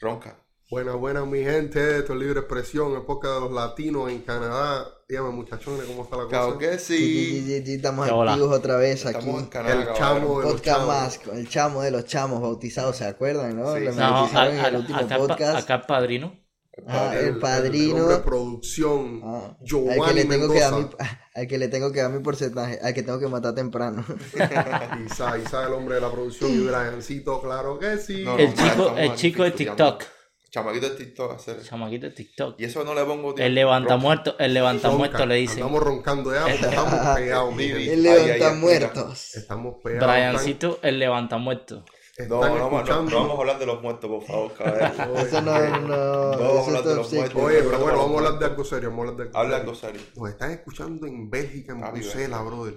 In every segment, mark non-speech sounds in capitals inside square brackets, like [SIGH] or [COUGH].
Ronca. Buenas, buenas, mi gente. Esto es Libre Expresión, época de los latinos en Canadá. Dígame, muchachones, ¿cómo está la cosa? Claro que Sí, sí, sí. sí, sí, estamos Ya, hola. activos otra vez aquí. Estamos en Canadá. El cabrón. chamo de los Podcast chavos. más, con el chamo de los chamos bautizados, ¿se acuerdan, no? Sí, Lo sí. me No, bautizaron a- en el a- último acá, pa- podcast. acá padrino. Ah, El- el El, padrino. hombre de producción. Ah, al que Giovanni le tengo que Mendoza. dar mi, al que le tengo que dar mi porcentaje, al que tengo que matar temprano. [LAUGHS] Isa, Isa, el hombre de la producción. Y Briancito, claro que sí. No, no, El man, chico, estamos el aquí chico de picoteando. TikTok. Chamaquito de TikTok. hacer- Chamaquito de TikTok. Y eso no le pongo tiempo. El levantamuerto, el levantamuerto Ronca. le dice. Andamos roncando de agua, [LAUGHS] estamos pegados, mi gente. el ahí, ahí, levanta ahí, muertos. Estamos pegados. Briancito, el levantamuerto. Están, No, están no, man, no, escuchando. no vamos a hablar de los muertos, por favor, cabrón. [LAUGHS] Oye, Eso no, no, No, vamos a eso hablar de es los obsequio. muertos. Oye, pero bueno, vamos a hablar de algo serio. Vamos a hablar de algo Habla serio. Rosario. Nos están escuchando en Bélgica, en Ah, vive. Bruselas, brother.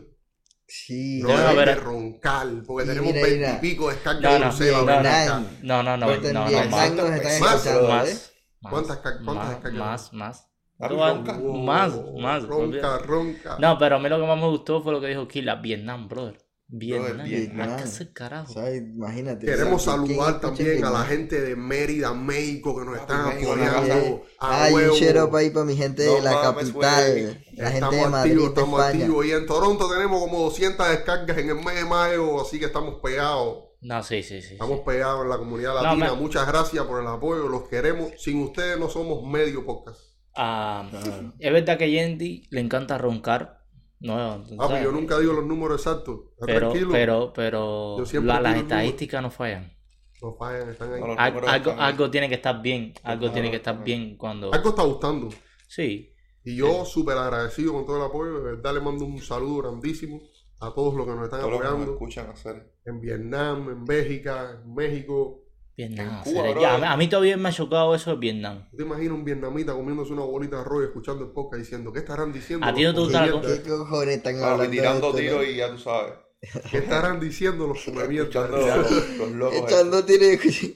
Sí, No Ya, deben pero- de roncar, porque Y tenemos mira, mira. veintipico descargas No, de no, Bruselas, no, brother, no. acá. No, no, no, no, Cuenten no, bien, más. Magno nos están Más, escuchando, más. ¿eh? Más. más, ¿Cuántas ca- Oh, cuántas más, descargas? Más, más. Ah, Tú vas- ronca. Wow, Más, más. Ronca, ronca. No, pero a mí lo que más me gustó fue lo que dijo Kila, Vietnam, brother. Vietnam. Vietnam. Acá es el carajo. O sea, imagínate. Queremos o sea, ¿quién saludar escucha este también que a la no? gente de Mérida, México, que nos Papi, están México, la apoyando. gente. A Ay, un huevo. share up ahí para mi gente No de la mames, capital, güey. la gente de estamos Madrid, activos, de estamos España. activos. Y en Toronto tenemos como 200 descargas en el mes de mayo, así que estamos pegados. No, sí, sí, sí. Estamos sí. pegados en la comunidad latina. me- Muchas gracias por el apoyo, los queremos. Sin ustedes no somos medio podcast. Ah, es verdad que a Yendi le encanta roncar. No, Ah, pero ¿sabes? yo nunca digo los números exactos. Está pero, tranquilo. pero, pero Yo siempre la- pido las el número. estadísticas no fallan. No fallan, están ahí. No, no. Los Al- números algo, están ahí. algo tiene que estar bien, algo Claro, tiene que estar claro. bien cuando... Algo está gustando. Sí, Y yo súper agradecido con todo el apoyo. De verdad le mando un saludo grandísimo a todos los que nos están Todos los que nos apoyando. escuchan hacer. En Vietnam, en Bélgica, en México. Vietnam. Cuba, seré- brother. ya, a mí- a mí todavía me ha chocado eso de Vietnam. ¿Tú te imaginas un vietnamita comiéndose una bolita de arroz y escuchando el podcast diciendo qué estarán diciendo? A ti no te los gusta la comemierdas? ¿Qué cojones están hablando Papi, de tirando esto, tiros no? y ya tú sabes. ¿Qué estarán diciendo los Escuchando comemierdas? los, los locos. estos. Echando tiros y-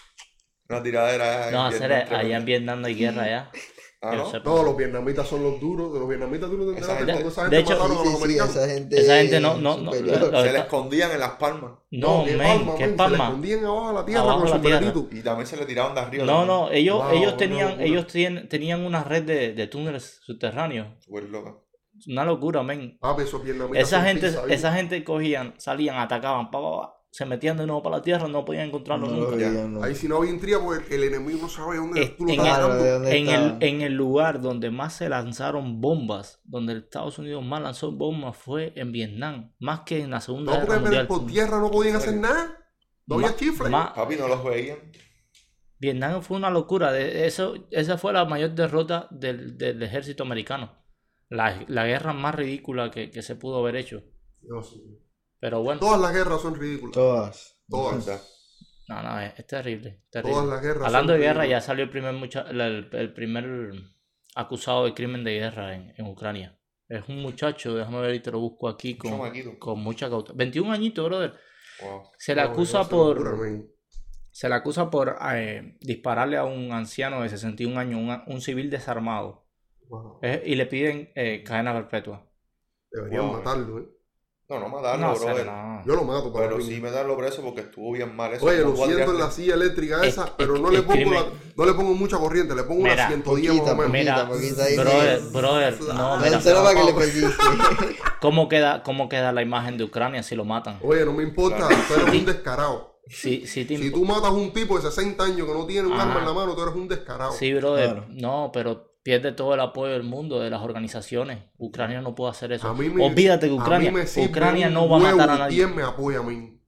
[LAUGHS] Una tiradera. No, en hacer Vietnam allá tremenda. en Vietnam no hay guerra ya. Ah, ¿no? Yo sé. No, los vietnamitas son los duros. Los vietnamitas duros de Esa esa gente- gente, esa de gente hecho- mataron a los Sí, sí, sí, americanos. esa gente. Esa gente no- no- no- superior. lo- Se le está- escondían en las palmas. No, qué men, palma, men, qué Se le palma. escondían abajo a la tierra Abajo con a su la tierra. sombrerito. Y también se le tiraban de arriba. No, no, ellos, Wow, ellos una tenían, locura. ellos tien- tenían una red de, de túneles subterráneos. Súper loca. Una locura, men. Ah, pero esos vietnamitas Esa son gente, pizza, ¿viste? esa gente cogían, salían, atacaban, pa, pa, pa, se metían de nuevo para la tierra, no podían encontrarlo No lo nunca. ya. veían, no. Ahí si no había intriga, porque el enemigo no sabe dónde Es- tú lo en estás el- matando. Claro, de- ¿Dónde en el, estaban? en el lugar donde más se lanzaron bombas, donde Estados Unidos más lanzó bombas fue en Vietnam, más que en la Segunda No, Guerra porque Mundial. por tierra no podían hacer nada. No había Ma- chifre. ma- Papi, no los veían. Vietnam fue una locura, de- eso, esa fue la mayor derrota del, del ejército americano, la, la guerra más ridícula que, que se pudo haber hecho. Dios mío. Pero bueno, Todas las guerras son ridículas. Todas. Todas. ¿verdad? no, no, es, es terrible, terrible. Todas las guerras. Hablando de son guerra, ya ridículas. salió el primer, mucha- la- el, el primer acusado de crimen de guerra en, en Ucrania. Es un muchacho, déjame ver y te lo busco aquí Un con, chamaquito. con mucha cautela. 21 añitos, brother. Wow. Se le No, acusa esas locuras, por, men. se le acusa por eh, dispararle a un anciano de 61 años, un, un civil desarmado. Wow. Eh, y le piden eh, cadena perpetua. Deberían Wow. matarlo, ¿eh? No, no No, matarlo, o sea, brother. no. Yo lo mato para Pero mí. sí me dan lo preso porque estuvo bien mal eso. Oye, No lo voy a siento en tirar- la silla eléctrica Es- esa, es- pero no, es le pongo la- crimen. no le pongo mucha corriente, le pongo Mira, una 110 más o poquita, menos. Mira, poquita ahí, brother, sí. brother, no, No, mira, dárselo para que le Pau. [LAUGHS] pellizque. ¿cómo queda, ¿cómo queda la imagen de Ucrania si lo matan? Oye, no me importa, tú eres un descarado. Si, si te Oh, Si tú matas a un tipo de 60 años que no tiene un Ajá. arma en la mano, tú eres un descarado. Sí, brother. Claro. No, pero pierde todo el apoyo del mundo, de las organizaciones. Ucrania no puede hacer eso. A mí me- Olvídate que a mí Ucrania, me sirve Ucrania un no va a matar huevo a y nadie. ¿Quién me apoya a mí?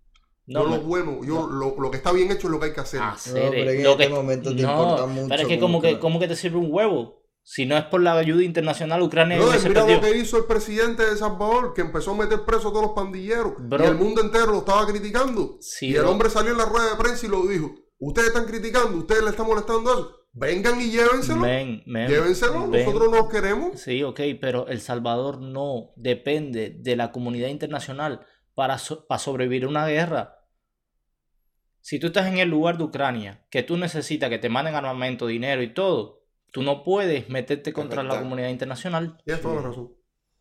No, yo lo me- bueno, yo lo, lo que está bien hecho es lo que hay que hacer. hacer, No, pero eh, en lo este que- momento te no, importa Pero es mucho que como, con que, Ucrania. ¿cómo que te sirve un huevo? Si no es por la ayuda internacional, Ucrania Brother, hubiese mira perdido. lo que hizo el presidente de Salvador, que empezó a meter preso a todos los pandilleros. Bro. Y el mundo entero lo estaba criticando. Sí, y el bro. hombre salió en la rueda de prensa y lo dijo. Ustedes están criticando, ustedes le están molestando eso. Vengan y llévenselo. Men, men, llévenselo, men. nosotros no los queremos. Sí, ok, pero El Salvador no depende de la comunidad internacional para, so- para sobrevivir a una guerra. Si tú estás en el lugar de Ucrania, que tú necesitas que te manden armamento, dinero y todo, tú no puedes meterte contra la verdad. comunidad internacional. Tienes toda la razón.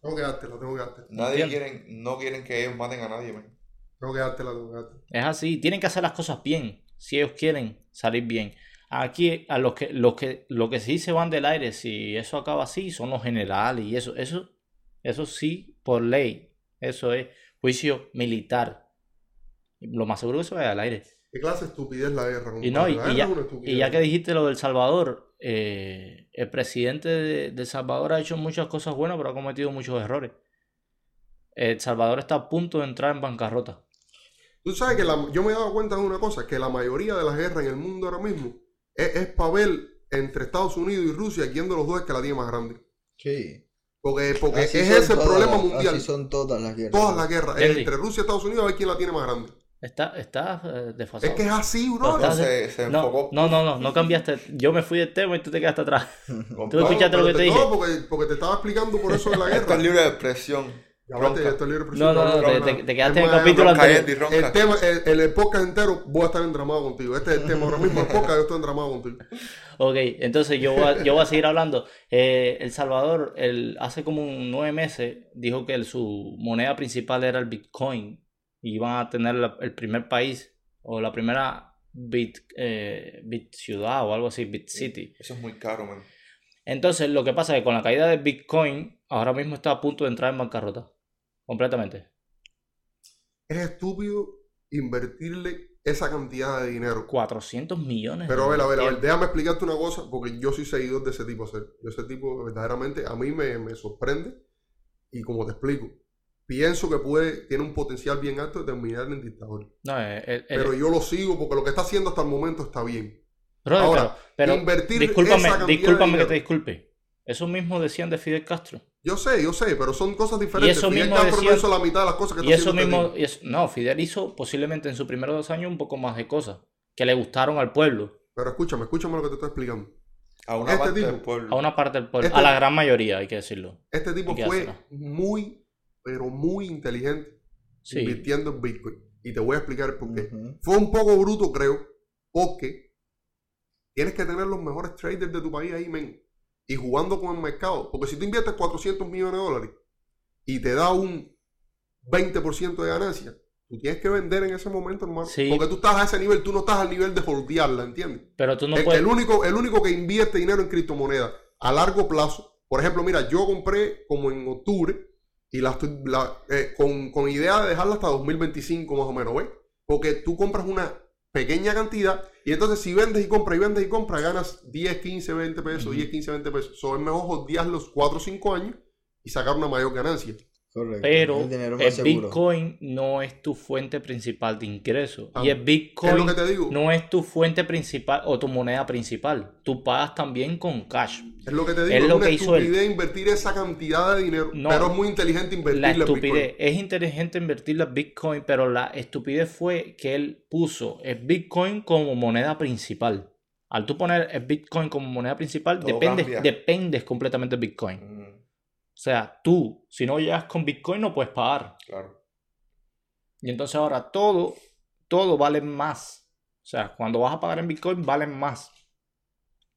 Tengo que dártela, tengo que dártela. Nadie Entiendo. quieren, no quieren que ellos maten a nadie, man. Tengo que dártela, tengo que dártela. Es así, tienen que hacer las cosas bien. si ellos quieren salir bien. Aquí a los que, los que, los que sí se van del aire, si eso acaba así, son los generales y eso, eso, eso sí, por ley, eso es juicio militar. Lo más seguro es que se vaya al aire. ¿Qué clase de estupidez la guerra? Y, no, compadre? La y, y guerra ya, es una estupidez. y ya que dijiste lo del Salvador, eh, el presidente de, de El Salvador ha hecho muchas cosas buenas, pero ha cometido muchos errores. El Salvador está a punto de entrar en bancarrota. Tú sabes que la- yo me he dado cuenta de una cosa, que la mayoría de las guerras en el mundo ahora mismo es, es papel entre Estados Unidos y Rusia, quién de los dos es que la tiene más grande. Sí. Porque, porque Así es son ese el todas problema las- mundial. Así son todas las guerras. Todas las guerras, es Henry. entre Rusia y Estados Unidos, a ver quién la tiene más grande. Está, está eh, desfasado. Es que es así, No, bro. Pero está- se, se no, enfocó. no, no, no, no cambiaste. Yo me fui del tema y tú te quedaste atrás. [LAUGHS] Tú compadre. escuchaste lo que Pero te- te dije. no, porque, porque te estaba explicando por eso de la [LAUGHS] Esto es guerra. libre de expresión. Ya vete, Ronca. esto es libre No, no, no, expresión, te, no, te- no. te quedaste Es en el más, capítulo Ronca, anterior. Andy, ronca. El tema, el, el, podcast entero, voy a estar entramado contigo. Este es el tema ahora mismo, el podcast, yo estoy entramado contigo. Ok, entonces yo voy a, yo voy a seguir hablando. Eh, El Salvador, el, hace como un nueve meses, dijo que el- su moneda principal era el Bitcoin y iban a tener la- el primer país o la primera Bit, eh, Bit ciudad o algo así, Bit City. Eso es muy caro, man. Entonces lo que pasa es que con la caída de Bitcoin, ahora mismo está a punto de entrar en bancarrota. Completamente. Es estúpido invertirle esa cantidad de dinero. 400 millones. Pero a ver, a [LAUGHS] ver, a ver, de- déjame explicarte una cosa, porque yo soy seguidor de ese tipo. o sea, Yo ese tipo verdaderamente a mí me, me sorprende y como te explico, pienso que puede, tiene un potencial bien alto de terminar en dictador. No, eh, eh, eh, Pero yo lo sigo porque lo que está haciendo hasta el momento está bien. brother, ahora, pero, pero Invertir discúlpame, esa cantidad de discúlpame que dinero- te disculpe. Eso mismo decían de Fidel Castro. Yo sé, yo sé, pero son cosas diferentes. eso Fidel mismo Castro decía- no hizo la mitad de las cosas que Y está eso haciendo este mismo, tipo. y eso- no, Fidel hizo posiblemente en sus primeros dos años un poco más de cosas que le gustaron al pueblo, Pero escúchame, escúchame lo que te estoy explicando. A una Este parte tipo. del pueblo. a una parte del pueblo, Este- a la gran mayoría, hay que decirlo. Este tipo ¿Y qué fue hacerá? muy, pero muy inteligente Sí, Mm. invirtiendo en Bitcoin. Y te voy a explicar el por qué. Ujú. Fue un poco bruto, creo, porque tienes que tener los mejores traders de tu país ahí, men. Y jugando con el mercado. Porque si tú inviertes 400 millones de dólares y te da un 20% de ganancia, tú tienes que vender en ese momento, hermano. Sí. Porque tú estás a ese nivel, tú no estás al nivel de holdearla, ¿entiendes? pero tú no el, puedes. el único, el único que invierte dinero en criptomonedas a largo plazo, por ejemplo, mira, yo compré como en octubre y la estoy- la- eh, con, con idea de dejarla hasta 2025 más o menos, ¿ves? Porque tú compras una pequeña cantidad y entonces si vendes y compras y vendes y compras, ganas 10, 15, 20 pesos, Ujú. 10, 15, 20 pesos. So, es mejor días los 4 o 5 años y sacar una mayor ganancia. Correcto. Pero el dinero más el seguro. Bitcoin no es tu fuente principal de ingreso. Ah, Y el ¿Qué es Bitcoin lo que te digo? no es tu fuente principal o tu moneda principal. Tú pagas también con cash. Es lo que te digo, es es, lo una que hizo él. estupidez invertir esa cantidad de dinero, No. pero es muy inteligente invertirle La en Bitcoin. estupidez. Es inteligente invertir en Bitcoin, pero la estupidez fue que él puso el Bitcoin como moneda principal. Al tú poner el Bitcoin como moneda principal, Todo dependes, cambia. dependes completamente del Bitcoin. O Mm, sea, tú, si no llegas con Bitcoin, no puedes pagar. claro. Y entonces ahora todo, todo vale más. O sea, cuando vas a pagar en Bitcoin, valen más.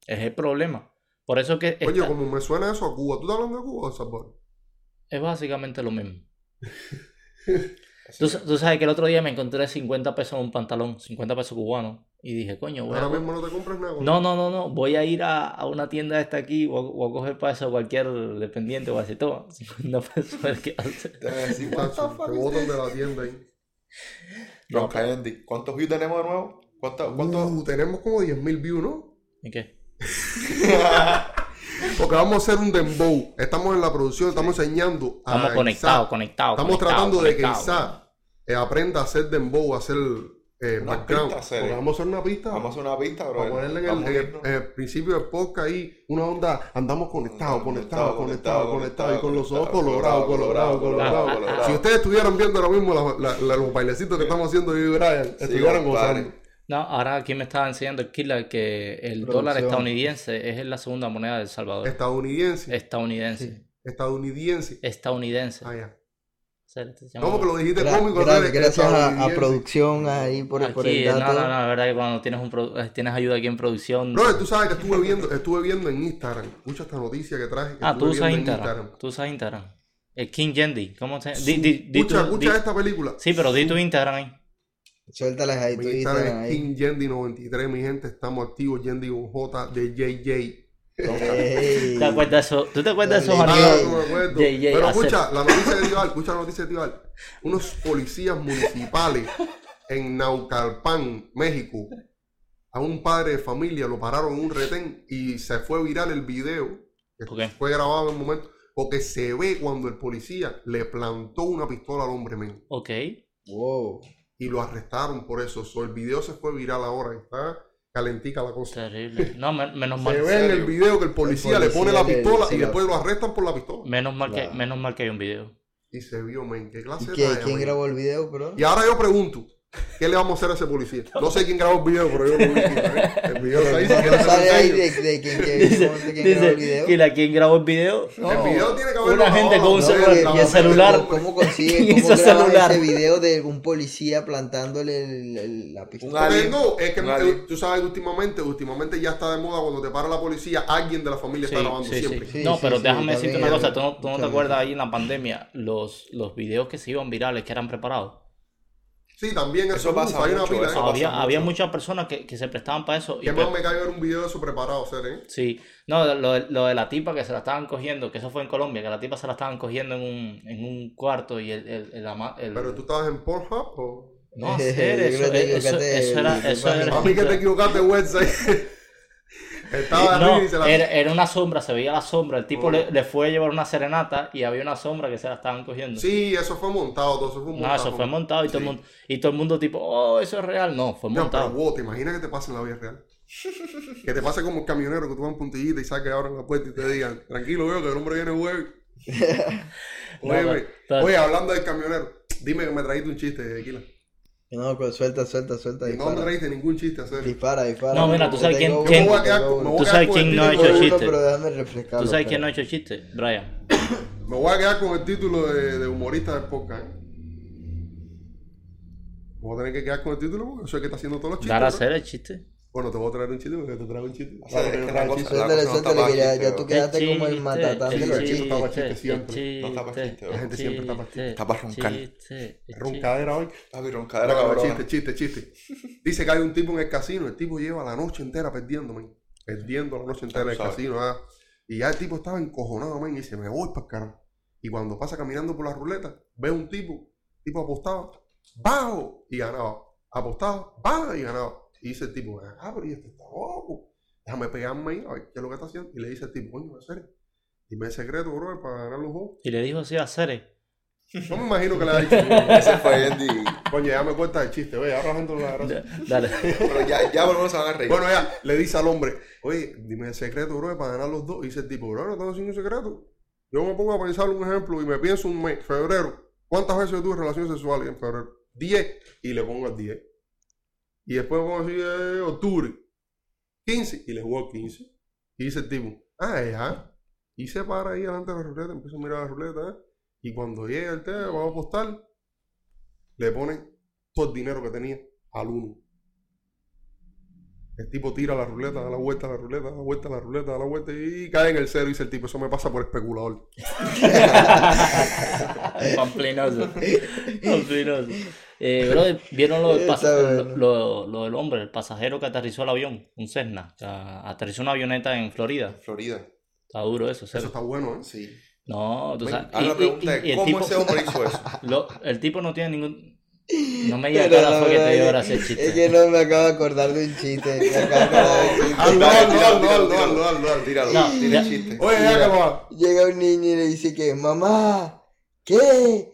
Es el problema. Por eso que Oye, esta- como me suena eso a Cuba. ¿Tú estás hablando de Cuba, Salvador? es básicamente lo mismo. Así Tú, que- tú sabes que el otro día me encontré 50 pesos en un pantalón, 50 pesos cubanos. Y dije, coño, voy a- Ahora mismo no te compras nada. No, no, no, no. Voy a ir a, a una tienda de esta aquí o a, o a coger para eso cualquier dependiente o así todo. [LAUGHS] 50 pesos. a ver qué hace. Te voy a decir, what the Tacho, fuck Te is botan this? de la tienda ahí. Ronca Andy. ¿Cuántos views tenemos de nuevo? ¿Cuántos? cuántos? Uh, tenemos como 10.000 views, ¿no? ¿Y qué? Porque vamos a hacer un dembow. Estamos en la producción, estamos enseñando. a Estamos Isa. conectados, conectados. Ah, Estamos conectados, tratando de que conectados. Isa eh, aprenda a hacer dembow, a hacer eh, Una background. pista, Cere. Porque vamos a hacer una pista. Vamos a hacer una pista, bro. Para ponerle en el, Vamos a en el- irnos. en el principio del podcast ahí una onda, andamos conectados, Andamos conectados, conectados, conectados, conectados, conectados, y con los ojos conectados, colorados, colorados, colorados, colorados. colorados, Si colorados. ustedes estuvieran viendo ahora mismo la- la- la- los bailecitos que estamos haciendo yo y Brian, estuvieran compadre. gozando. No, ahora aquí me estaba enseñando el Killer que el Producción. dólar estadounidense es la segunda moneda de El Salvador. Estadounidense, Estadounidense. Sí. estadounidense. Estadounidense. Ah, ya. O sea, te No, porque llaman- lo dijiste Gra- cómico. gra- entonces, gracias a- a, estadounidense. producción ahí por, por Aquí, eh, el no, dato. no, no, la verdad que cuando tienes, un pro- tienes ayuda aquí en producción. Brother, tú sabes que estuve viendo, estuve viendo en Instagram. Escucha esta noticia que traje. que Ah, estuve tú usas viendo en Instagram. Tú usas Instagram. El King Yendi. ¿Cómo se di- di- di Escucha, tu- escucha di- esta película. Sí, pero di tu Instagram ahí. Suéltalas ahí, Mi tú dices Instagram es ahí. King Yendi 93 mi gente. Estamos activos. Yendi con J de JJ. Ey. ¿Te acuerdas eso? ¿Tú te acuerdas de esos Dale. amigos? Ah, no me acuerdo. JJ, Pero hacer- escucha la noticia de Tibal. Escucha la noticia de Tibal. Unos policías municipales en Naucalpan, México. A un padre de familia lo pararon en un retén y se fue viral el video. que ¿Por qué? Fue grabado en un momento. Porque se ve cuando el policía le plantó una pistola al hombre, men Ok. Wow. y lo arrestaron por eso. So, el video se fue viral ahora y está calentica la cosa. Terrible. No, men- menos Se ve mal. en el serio? video que el policía, El le pone la policía le- pistola se y la- después lo arrestan por la pistola. Menos mal, que, Claro. menos mal que hay un video. Y se vio, men, qué clase ¿Y de qué- talla, quién men. grabó el video, bro? Y ahora yo pregunto, ¿qué le vamos a hacer a ese [LAUGHS] policía? No sé quién grabó el video, pero yo lo vi. El video está ahí, si No quieres te lo [LAUGHS] sale ahí enseño. de, de quién, que- Dice, de quién grabó el dice, video. ¿quién, a quién grabó el video? El video tiene que haber Una gente con un No, celular que- y que- el celular. ¿Cómo, cómo consigue? ¿Quién ¿Cómo hizo grabas celular? ese video de un policía plantándole el- el- la Un pistola? alien. no, es que Un alien. tú sabes que últimamente, últimamente ya está de moda cuando te para la policía, alguien de la familia Sí, está grabando sí, siempre. sí. Sí, No, sí, pero sí, déjame está decirte bien. una cosa. ¿Tú no, tú no te Muchas acuerdas gracias. ahí en la pandemia los, los videos que se iban virales, que eran preparados? Sí, también Eso uf, pasa hay una mucho, pila, eso ¿eh? pasa había, mucho. había muchas personas que, que se prestaban para eso. y Que pre- más me cae ver un video de eso preparado, ser, ¿eh? Sí, no, lo, de- lo de la tipa que se la estaban cogiendo, que eso fue en Colombia, que la tipa se la estaban cogiendo en un, en un cuarto y el... el, el ama- el- Pero tú estabas en Pornhub o. No, hacer eso, Yo creo que te eso, equivocaste eso de- era... de Eso era, página. A mí que te equivocaste, [LAUGHS] website. Estaba Eh, No, arriba y se la. era, era una sombra, se veía la sombra. El tipo Oh. le, le fue a llevar una serenata y había una sombra que se la estaban cogiendo. Sí, eso fue montado, todo eso fue no, montado. eso fue montado y, todo el Sí. mundo, y todo el mundo tipo, oh, eso es real. No, fue No, pero montado. wow, te imaginas que te pase en la vida real. que te pase como el camionero que tú vas en puntillita y saques ahora en la puerta y te digan, tranquilo, veo que el hombre viene güey. Oye, [LAUGHS] No, güey. pero- oye, hablando del camionero, dime que me trajiste un chiste, Kila. No, pues, suelta, suelta, suelta. Y no me Dispara, trajiste ningún chiste, hacer. dispara. dispara No, mira, tú Yo sabes quién- tengo quién- uno, Yo voy a quedar tengo con- uno. me Tú sabes quién no voy ha a hecho poner Tengo uno, chiste. pero déjame refrescarlo. pues. Tú sabes quién no espera. ha hecho chiste, Brian. Me voy a quedar con el título de, de humorista del podcast. ¿eh? Me Voy a tener que quedar con el título porque soy el que está haciendo todos los chistes. Dar ¿no? a hacer el chiste. Bueno, te voy a traer un chiste porque te traigo un chiste. O sea, es que Te la traigo un cosa- chiste. La Suéltale, cosa no está suéltale, mal, que ya, ya pero- tú quedaste como el matatán de los chiste, chistes. estaba chiste siempre. No estaba chiste, La gente siempre está para chiste. Está para roncar. Roncadera hoy. Papi, roncadera, No, no, cabrón. chiste, chiste, chiste. Dice que hay un tipo en el casino. El tipo lleva la noche entera perdiendo, man. Perdiendo la noche entera en el Sabe. casino. ah. Y ya el tipo estaba encojonado, man. Y dice, me voy para el carajo. Y cuando pasa caminando por la ruleta, ve un tipo. El tipo apostaba, bajo y ganaba. Apostaba, bajo y ganaba. Y dice el tipo, ah, pero y este está loco. Déjame pegarme ahí, a ver qué es lo que está haciendo. Y le dice el tipo, coño, en serio. Dime el secreto, bro, para ganar los juegos. Y le dijo así a eh". Cere. No me imagino que le ha dicho. [LAUGHS] Ese fue Andy. Coño, ya me cuenta el chiste, ve, ahora la gente no la agarra. Da- Dale. Pero ya, ya por lo menos se van a reír. Bueno, ya, le dice al hombre, oye, dime el secreto, bro, para ganar los dos. Y dice el tipo, bro, no tengo ningún secreto. Yo me pongo a pensar un ejemplo y me pienso un mes, febrero. ¿Cuántas veces yo tuve relaciones sexuales en febrero? 10. Y le pongo el 10. Y después vamos a decir, eh, octubre. 15. Y le juego 15. Y dice el tipo, ah, ya. Y se para ahí delante de la ruleta, empieza a mirar la ruleta. ¿eh? Y cuando llega el tema, va a apostar, le ponen todo el dinero que tenía al uno. El tipo tira la ruleta, da la vuelta a la ruleta, da la vuelta a la ruleta, da la vuelta y cae en el cero. Y dice el tipo, eso me pasa por especulador. [LAUGHS] Pamplinoso. Pamplinoso. Eh, brother, ¿vieron lo del, pas- Está bueno. lo- lo- lo del hombre, el pasajero que aterrizó el avión? Un Cessna. que aterrizó una avioneta en Florida. Florida. Está duro eso, Eso Cere. está bueno, ¿eh? Sí. No, tú Ahora sabes. y- la y- pregunta y es, el ¿cómo tipo- ese hombre hizo eso? Lo- el tipo no tiene ningún. No me Pero digas que ahora la fue que verdad te dio es- ahora ese Es que chiste. no me acabo de acordar de un chiste. Me acabo de acordar de un [LAUGHS] chiste. Hazlo, Dale, hazlo, tíralo, hazlo, tíralo, hazlo, tíralo. hazlo, hazlo, hazlo. Tíralo, No, tira ya- el chiste. Oye, ya que lo haga. Llega un niño y le dice que, mamá, ¿qué?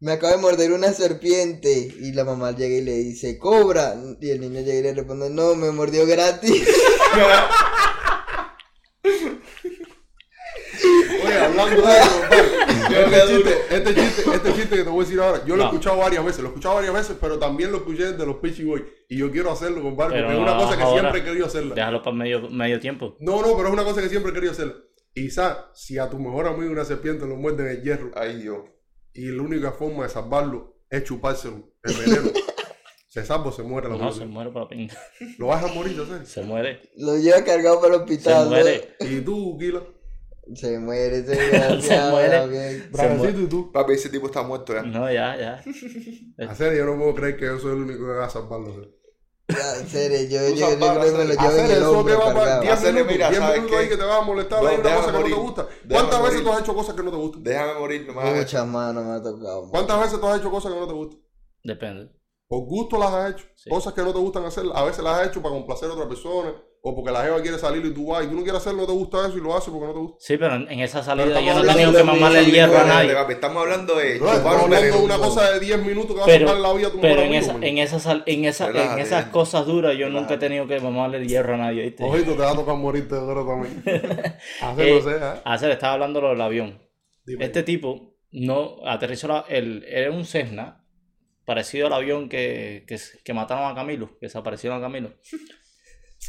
Me acaba de morder una serpiente. Y la mamá llega y le dice, cobra. Y el niño llega y le responde, no, me mordió gratis. [LAUGHS] Oye, hablando de eso, [LAUGHS] compadre, Yo este, quedo chiste, este, chiste, este chiste que te voy a decir ahora, yo lo he No. escuchado varias veces, lo he escuchado varias veces, pero también lo escuché de los Peachy Boys. Y yo quiero hacerlo, compadre, Pero porque es una no, cosa que ahora. siempre he querido hacerla. Déjalo para medio, medio tiempo. No, no, pero es una cosa que siempre he querido hacerla. Quizás si a tu mejor amigo una serpiente lo muerde en el hierro, Ay, Dios. y la única forma de salvarlo es chupárselo, el [LAUGHS] veneno. se salva o se muere la No, se mujer. muere para la pinga. Lo vas a morir, ¿sabes? [LAUGHS] Se muere. Lo lleva cargado para el Se hospital. ¿no? muere. Y tú, Kila, Se muere [LAUGHS] ese Se desgraciado. muere. también. Brancito y tú. Papi, ese tipo está muerto ya. No, ya, ya. Eh. A serio, yo no puedo creer que yo soy el único que va a salvarlo. Ya, en serio, yo, Tú yo, yo salvas, creo que me hacer- lo A llevo en serio, el eso te va hombro a cargado. pagar 10 Hacerle, minutos, mira, 10 ¿sabes minutos ahí qué? que te vas a molestar, No, hay una déjame cosa que no te morir. gusta. Déjame ¿Cuántas veces tú morir. has hecho cosas que no te gustan? Déjame morir nomás. Muchas manos me ha tocado. ¿Cuántas veces tú has hecho cosas que no te gustan? Depende. Por gusto las has hecho. Sí. Cosas que no te gustan hacer, a veces las has hecho para complacer a otra persona. O porque la jeva quiere salir y tú vas y tú no quieres hacerlo, no te gusta eso y lo haces porque no te gusta. Sí, pero en en esa salida estamos yo no he hablando tenido de que lo mamarle el mismo, hierro a Espérate, nadie. papi, estamos hablando de Bro, estamos chupar un hablando de dedo. una cosa de 10 minutos que va a Pero- salvar la vida a tu Pero mejor en, amigo, esa, man. en, esa sal- en, esa, en Relájate, esas ya. cosas duras yo nunca he Relájate. tenido que mamarle el hierro a nadie, ¿viste? Ojito, te va a tocar morirte de oro también. [LAUGHS] Eh, Hacerlo sea, ¿eh? Hacer, estaba hablando lo del avión. Dime. Este tipo no aterrizó la- el, era un Cessna parecido al avión que, que, que mataron a Camilo, que desaparecieron a Camilo.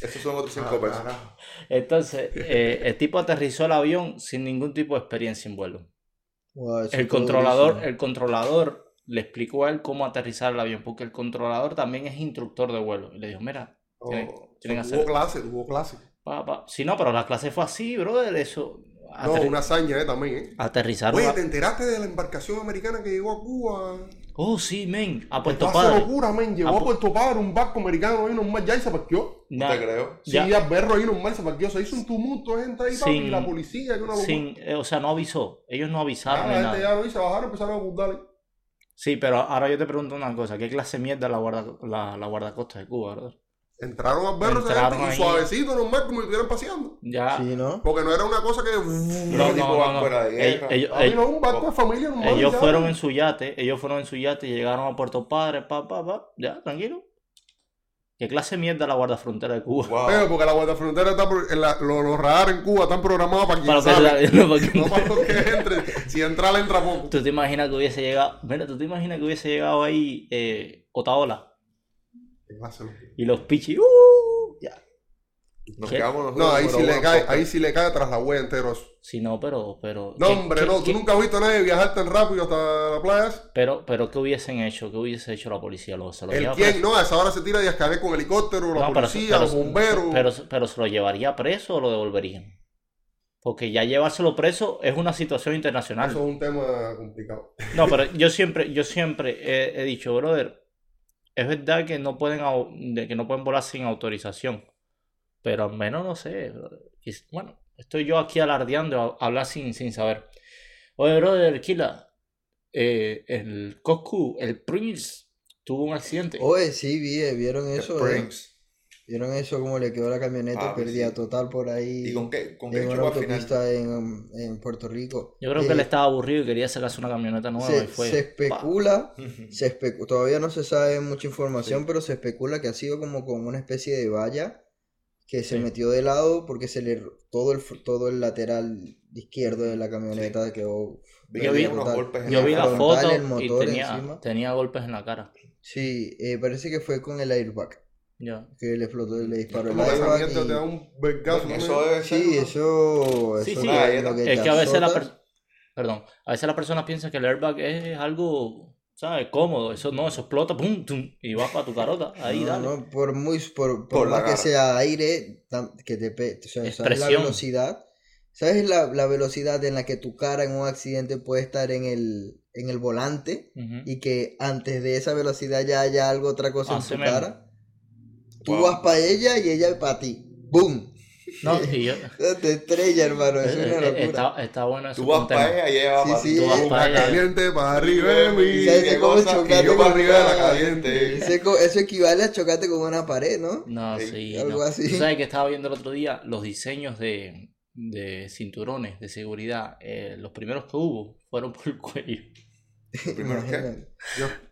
Esos son otros Ah, cinco pesos. carajo. [LAUGHS] Entonces, eh, el tipo aterrizó el avión sin ningún tipo de experiencia en vuelo. Wow, eso El está controlador, durísimo. el controlador le explicó a él cómo aterrizar el avión, porque el controlador también es instructor de vuelo. Y le dijo, mira, Oh, tienen- tienen que Tuvo hacer. clase, tuvo clase. Pa, pa. Sí, no, pero la clase fue así, brother. Eso. No, Aterri- una hazaña, ¿eh? También, ¿eh? Aterrizar. Oye, la- ¿te enteraste de la embarcación americana que llegó a Cuba? Oh, sí, men. A Puerto Puerto Padre. locura, men. Llegó A a, Pu- Puerto Padre un barco americano ahí nomás ya y se parqueó. No Na- te creo. Sí, Ya. ya berro ahí nomás se parqueó. Se hizo un tumulto de gente ahí, papi, Sin- y la policía, que una locura. sin- eh, o sea, no avisó. Ellos no Ya, la avisaron ni gente ya nada. lo hizo, se bajaron y empezaron a abundar ahí. Sí, pero ahora yo te pregunto una cosa. ¿Qué clase de mierda es la, guarda, la, la guardacosta de Cuba, brother? Entraron al berro esa Entraron gente, ahí. y suavecito nomás como si estuvieran paseando. Ya. Sí, ¿no? Porque no era una cosa que... No, [LAUGHS] No, Ese tipo no, va no, no. fuera de Ell- guerra. ellos- Papi, ellos- no, un barco de familia nomás. Ellos ya. fueron en su yate, ellos fueron en su yate, llegaron a Puerto Padre, pa, pa, pa, ya, tranquilo. ¿Qué clase de mierda la guardafrontera de Cuba? Wow. Pero porque la guardafrontera está... Por, en la- lo- los radares en Cuba están programados para quien [LAUGHS] Para sabe. que- no, para [LAUGHS] que- No para los que entren. Si entra, le entra poco. ¿Tú te imaginas que hubiese llegado, mira, tú te imaginas que hubiese llegado ahí eh, Otaola Qué clase, loco. y los pichis, ¡uh! ya. Nos ¿Qué? quedamos los No, dos ahí número sí uno le en cae, podcast. ahí sí le cae tras la huella entero eso. Sí, no, pero, pero. No, ¿qué- hombre, qué- no, tú qué- nunca has visto a nadie viajar tan rápido hasta la playa. Pero, pero ¿qué hubiesen hecho? ¿Qué hubiese hecho la policía? ¿Lo, se lo El lleva quién, preso? no, a esa hora se tira y escalé con helicóptero, la No, pero- policía, pero- los bomberos. Pero, pero se lo llevaría preso o lo devolverían. Porque ya llevárselo preso es una situación internacional. Eso es un tema complicado. No, pero yo siempre, yo siempre he, he dicho, brother, es verdad que no pueden au- de que no pueden volar sin autorización. Pero al menos no sé. brother. Y s- Bueno, estoy yo aquí alardeando a a hablar sin, sin saber. Oye, brother, Kila, eh, el Coscu, el Prince, tuvo un accidente. Oye, sí, vi, vieron eso. eh. Springs. Vieron eso, como le quedó la camioneta Papi, perdida Ah, pues sí. total por ahí. ¿Y con qué? ¿Con qué en una chupa al final? autopista en, en Puerto Rico. Yo creo Eh, que él estaba aburrido y quería sacarse una camioneta nueva y se, fue. se pa. especula, se especu- todavía no se sabe mucha información, pero se especula que ha sido como con una especie de valla que se Sí. metió de lado porque se le todo el fr- todo el lateral izquierdo de la camioneta quedó Vi Yo vi- unos golpes en Yo vi la Frontal, foto el y motor tenía, encima. tenía golpes en la cara. Sí, eh, parece que fue con el airbag Ya. que le explotó y le disparó el Como que esa airbag mierda y- te da un vergazo. Coño, ¿no? Eso debe ser. Sí, una- eso, Sí, eso sí, lo- ah, lo Es te que a veces la azota. per- perdón, a veces la persona piensa que el airbag es algo, ¿sabes? Cómodo, eso no, eso explota, pum, tum, y va para tu carota, ahí No, dale. no, por muy por, por Por la más que cara. sea aire, tam- que te pe- o sea, sabes la Expresión. velocidad. ¿Sabes la, la velocidad en la que tu cara en un accidente puede estar en el, en el volante? Ujú. Y que antes de esa velocidad ya haya algo, otra cosa Así en tu mismo. cara. Tú Wow. vas para ella y ella para ti. ¡Boom! No, [LAUGHS] y yo- [LAUGHS] Te estrella, hermano. Es eh, una eh, locura. está, está bueno ese Tú vas tema. para ella y ella va Sí, para sí, ti. Tú vas eh. pa' La Vaya. caliente para arriba de Y ¿Sabes mí. que cómo goza, chocar y yo con para la arriba de la cara? caliente. Ese co- eso equivale a chocarte con una pared, ¿no? No, Sí, sí, algo no. así. Tú sabes que estaba viendo el otro día los diseños de, de cinturones de seguridad, eh, los primeros que hubo fueron por el cuello. Primero que [LAUGHS] Imagínate.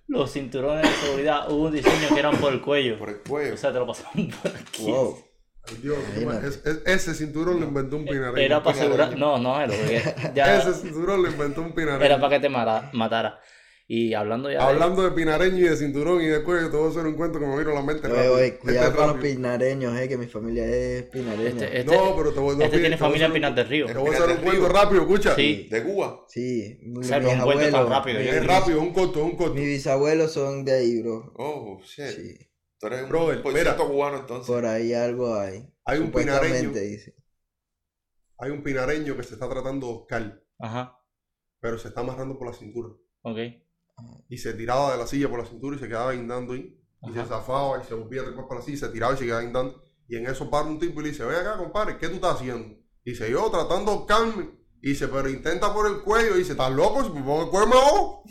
Los cinturones de seguridad hubo un diseño que eran por el cuello. por el cuello. O sea, te lo pasaron por aquí. Wow. Ay, Dios, Imagínate. es- es- ese cinturón lo inventó un pinareño. Era para Coño, asegurar. coño. No, no, era porque [LAUGHS] ya Ese cinturón lo inventó un pinareño. era para que eh. te mara- matara. Y hablando ya. de- Hablando de pinareño y de cinturón y de cuello, todo eso era un cuento que me vino a la mente. Oye, rápido. oye, Este cuidado es con los rápido. pinareños, eh, que mi familia es pinareña. Este, este, No, pero te voy no, este te voy tiene a familia hacer un- Pinar del Río. Te voy Este a hacer un cuento rápido, escucha. Sí. De Cuba. Sí, mi- mis sea, no encuentro tan abuelos, rápido, mi- yo Es rápido, es un corto, es un corto. mis bisabuelos son de ahí, bro. Oh, Eh, shit. Sí, Tú eres un Brother, por mira. ciento cubano entonces. por ahí algo hay. Hay un Supuestamente, pinareño. dice. hay un pinareño que se está tratando de Oscar, Ajá, pero se está amarrando por la cintura. ok. Y se tiraba de la silla por la cintura y se quedaba guindando ahí. Y Ajá. se zafaba y se volvía a trepar para la silla, se tiraba y se quedaba guindando. Y en eso para un tipo y le dice, ven acá, compadre, ¿qué tú estás haciendo? Y dice, yo tratando de ahorcarme. Y dice, pero intenta por el cuello. Y dice, ¿estás loco? Si me pongo el cuello me ahogo".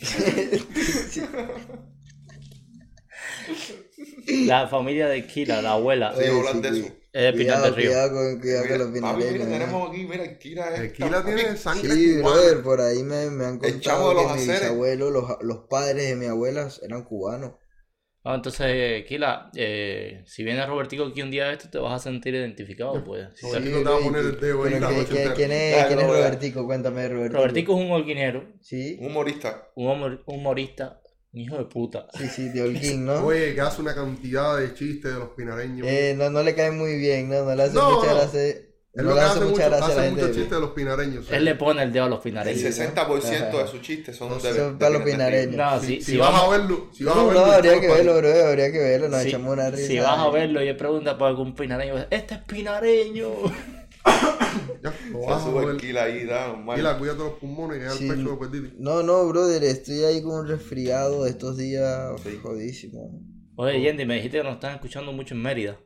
La familia de Kira, la abuela, Sí, eh, es Oye, hablan de cu- eso. de Pinar del Cuidado, Río. cuidado con, cuidado con los Mira, papi, mira, pinareños. ¿eh? tenemos aquí, mira, Kira es. Aquí la tiene sangre Sí, cubana. brother, por ahí me, me han El chavo contado de los que mis haceres. abuelos, los, los padres de mi abuela eran cubanos. Ah, entonces, Kila, eh, si viene Robertico aquí un día de esto, te vas a sentir identificado, pues. Sí, Sí. Robertico te va a poner el dedo ahí Pero la que- noche que- entera. ¿Quién es, Claro, quién es voy a- Robertico? Cuéntame, Robertico. Robertico es un holguinero, Sí, Un humorista. un humor- un humorista, un hijo de puta. sí, sí, de Holguín, ¿no? Oye, que hace una cantidad de chistes de los pinareños. Eh, no, no le cae muy bien, no, no le hace No, mucha no. gracia. es no lo le que hace hace mucha mucho, gracia a la hace gente eh. mucho de- chiste de los pinareños. sí. Él le pone el dedo a los El pinareños. Sí. 60% de sus chistes son Son de. de para los Pinar del Río. pinareños. No, Si, si, si si vas vamos- a verlo, si vas a No, verlo. habría que disculpa. verlo, bro, habría que verlo, nos Sí, echamos una risa. Si vas a verlo, yo pregunto por algún pinareño. Este es pinareño. Ya, lo Se vas a sube el ver. Kila ahí, da un mal. Mira, cuídate los pulmones, que es Sí. el pecho lo perdiste. No, no, brother, estoy ahí con un resfriado de estos días Sí. jodísimo. Oh. Oye, Yendi, me dijiste que nos están escuchando mucho en Mérida.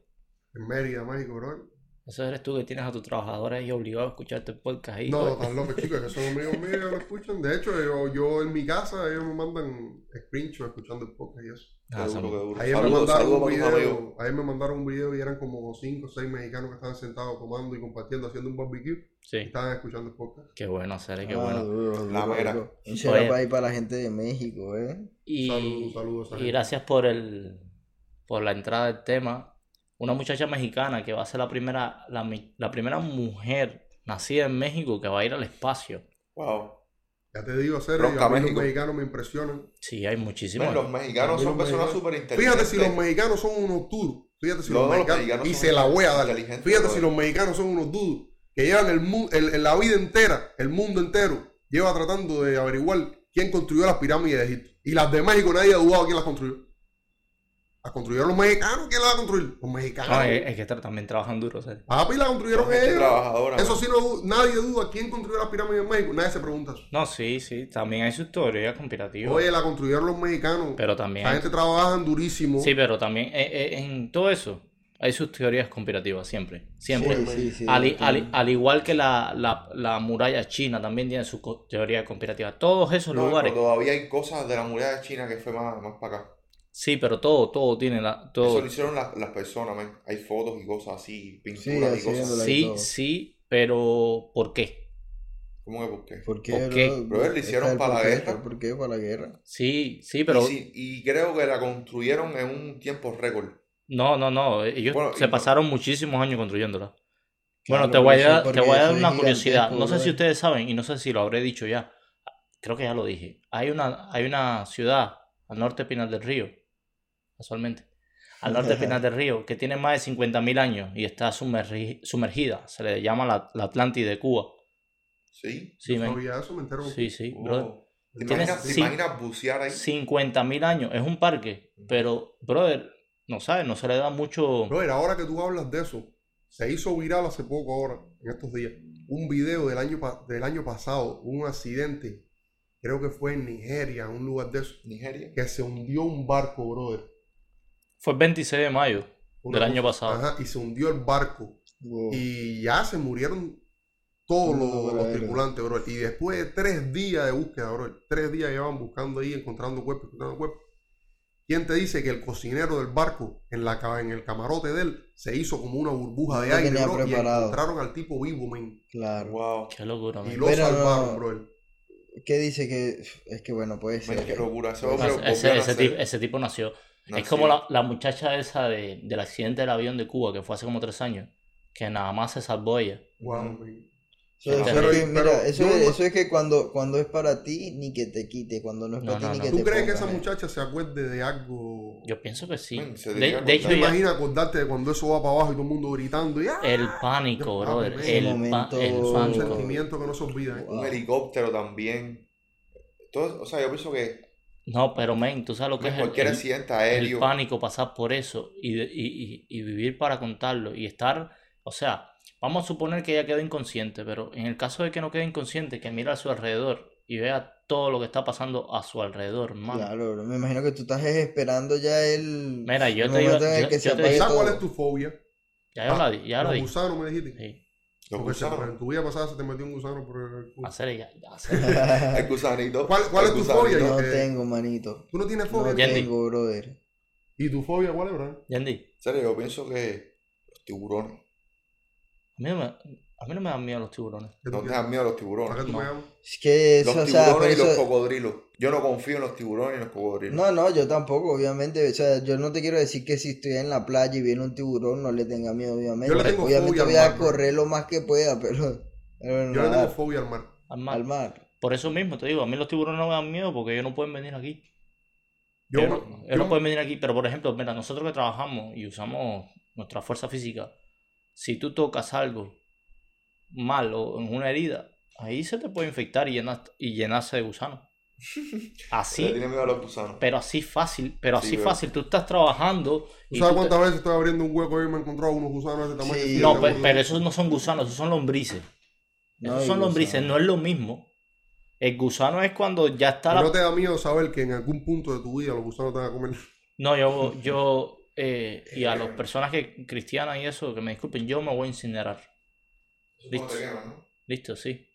En Mérida, México, bro. Eso eres tú que tienes a tus trabajadores ahí obligados a escucharte el podcast ahí. No, están locos, chicos, que son amigos míos, ellos lo escuchan. De hecho, yo, yo en mi casa, ellos me mandan screenshots escuchando el podcast y eso. Qué duro, Ah, qué duro. Ayer me, Saludos, mandaron saludos un para tus amigos. video, ayer me mandaron un video y eran como 5 o 6 mexicanos que estaban sentados tomando y compartiendo, haciendo un barbecue y sí. estaban escuchando el podcast. Qué bueno, Sere, qué Ah, bueno. duro, La duro, mera. duro. Un shout out Oye. ahí para la gente de México, eh. Y, Saludos, saludos. y saludos. gracias por el por la entrada del tema. Una muchacha mexicana que va a ser la primera, la, mi- la primera mujer nacida en México que va a ir al espacio. Wow. Ya te digo, serio, Ronca, a mí los México. mexicanos me impresionan. Sí, hay Ven, muchísimos. los mexicanos Los son personas mexicanos. súper inteligentes. Fíjate si los mexicanos son unos duros. Fíjate si No, los los mexicanos. mexicanos y son se la voy a dar. inteligentes, Fíjate brother. si los mexicanos son unos duros. Que llevan el, mu- el- el- la vida entera, el mundo entero, lleva tratando de averiguar quién construyó las pirámides de Egipto. Y las de México nadie ha dudado quién las construyó. Las construyeron los mexicanos. ¿Quién las va a construir? Los mexicanos. No, es, es que tra- también trabajan duro, Sere. Papi, las Son construyeron gente ellos. trabajadora. Eso sí, no, du- nadie duda quién construyó las pirámides de México. Nadie se pregunta eso. No, sí, sí. También hay sus teorías conspirativas. Oye, la construyeron los mexicanos. pero también. la gente trabaja durísimo. Sí, pero también eh, eh, en todo eso hay sus teorías conspirativas siempre. Siempre. Sí, sí, sí, al, i- sí. al i- al igual que la, la- la muralla china también tiene su co- teoría conspirativa. Todos esos No, lugares. pero todavía hay cosas de la muralla china que fue más, más para acá. Sí, pero todo, todo tiene la. Eso Todo. lo hicieron las, las personas, man. Hay fotos y cosas así, pinturas así y cosas es así. lo- Sí, todo. sí, pero ¿por qué? ¿Cómo que por qué? ¿Por qué, ¿Por qué? bro? Brother, le Está hicieron el para la por qué, guerra. ¿Por qué? Para la guerra. Sí, sí, pero. Y, sí- y creo que la construyeron en un tiempo récord. No, no, no. Ellos Bueno, se y- pasaron muchísimos años construyéndola. Claro, Bueno, te voy, a, pero eso es dar- te voy a porque dar eso es una curiosidad. gigantesco, No sé si brother. ustedes saben, y no sé si lo habré dicho ya. Creo que ya lo dije. Hay una, hay una ciudad al norte de Pinar del Río, casualmente. Al norte de Pinar del Río, que tiene más de 50.000 años y está sumergi- sumergida. Se le llama la, la Atlántide de Cuba. ¿Sí? Sí, men. Sabía eso, me entero. sí, sí, Wow. brother. ¿Te Tienes imaginas, te cin- imaginas bucear ahí? 50.000 años. Es un parque. Pero, brother, no sabes, no se le da mucho. Brother, ahora que tú hablas de eso, se hizo viral hace poco ahora, en estos días, un video del año, pa- del año pasado, un accidente, creo que fue en Nigeria, un lugar de eso, Nigeria. que se hundió un barco, brother. Fue el 26 de mayo Una del año cosa- pasado. Ajá, y se hundió el barco. Wow. Y ya se murieron todos No, los, los brother. tripulantes, brother. Y después de tres días de búsqueda, brother, tres días llevaban buscando ahí, encontrando cuerpos, encontrando cuerpos. ¿Quién te dice que el cocinero del barco, en, la, ca- en el camarote de él, se hizo como una burbuja de Lo aire, tenía bro, y preparado. encontraron al tipo vivo, men? Claro. Wow. Qué locura, Y man. lo Pero- salvaron, brother. ¿Qué dice que es que bueno, puede Man, ser? qué locura. Ese No, hombre No, volvió ese, a ese nacer. tipo, ese tipo nació. Es Nació. como la, la muchacha esa de, del accidente del avión de Cuba que fue hace como tres años, que nada más se salvó ella. Wow, Ujú. men. Eso, eso Pero- es que, mira, pero eso, yo es, no- eso es que cuando, cuando es para ti, ni que te quite. Cuando no es No, para ti, no, ni no. que ¿Tú te crees que pongas, esa eh. muchacha se acuerde de algo? Yo pienso que sí. Mm, se De, debería de ¿Te hecho, yo- ella- imaginas acordarte de cuando eso va para abajo y todo el mundo gritando? Y, ¡ah! el pánico, Yo- brother. Ah, El, ese pa- el momento- un pánico. sentimiento que no se olvida. ¿eh? Un helicóptero también. Todo- o sea, yo pienso que No, pero men, tú sabes lo que man, es el, cualquier el- accidente el aéreo. pánico, pasar por eso y, de- y- y- y vivir para contarlo y estar, o sea, pa- Vamos a suponer que ella quedó inconsciente, pero en el caso de que no quede inconsciente, que mira a su alrededor y vea todo lo que está pasando a su alrededor, mano. Claro, bro, me imagino que tú estás esperando ya el. [LAUGHS] Mira, yo el te iba- momento en el yo- que se yo te- apague ¿Sabes cuál todo. es tu fobia? Ya yo la di, ya la Los di. gusanos, me dijiste. Sí. Los Porque se- gusanos. en tu vida pasada se te metió un gusano por el culo. Hacer ella, hacer. El gusanito. ¿Cuál- cuál el es tu gusanito. fobia? No Eh, tengo, manito. ¿Tú no tienes No fobia? ya- Yendi. tengo, brother. ¿Y tu fobia cuál es, bro? Yandy, En serio, yo pienso que los tiburones. a mí, no me, a mí no me dan miedo los tiburones. ¿Qué tú No te quieres? dan miedo los ¿Para tiburones. qué tú no. me llamas? Es que eso, Los o sea, por tiburones y los eso- cocodrilos. Yo no confío en los tiburones y los cocodrilos. No, no, yo tampoco, obviamente. O sea, yo no te quiero decir que si estoy en la playa y viene un tiburón, no le tenga miedo, obviamente. Yo le tengo obviamente fobia al voy a mar, bro. correr lo más que pueda, pero. pero Yo le tengo nada, fobia al mar. al Al mar. mar. Por eso mismo te digo, a mí los tiburones no me dan miedo porque ellos no pueden venir aquí. Yo, Ellos no- ellos no yo- pueden venir aquí, pero por ejemplo, mira, nosotros que trabajamos y usamos nuestra fuerza física, si tú tocas algo mal o en una herida, ahí se te puede infectar y, llenar- y llenarse [LAUGHS] de gusano. Le Así, tiene miedo a los gusanos. pero así fácil, pero Sí, así bro. fácil. Tú estás trabajando ¿Tú y sabes tú te- cuántas veces estoy abriendo un hueco y me he encontrado unos gusanos de ese tamaño? Sí. Y No, te pe- pero, juro- esos no son gusanos, esos son lombrices. No, Esos y son gusano. lombrices, no es lo mismo. El gusano es cuando ya está la ¿No te da miedo saber que en algún punto de tu vida los gusanos te van a comer? [LAUGHS] No, yo, yo eh, y a las personas que cristianas y eso, que me disculpen, yo me voy a incinerar. No Listo, te queman, ¿no? listo, sí.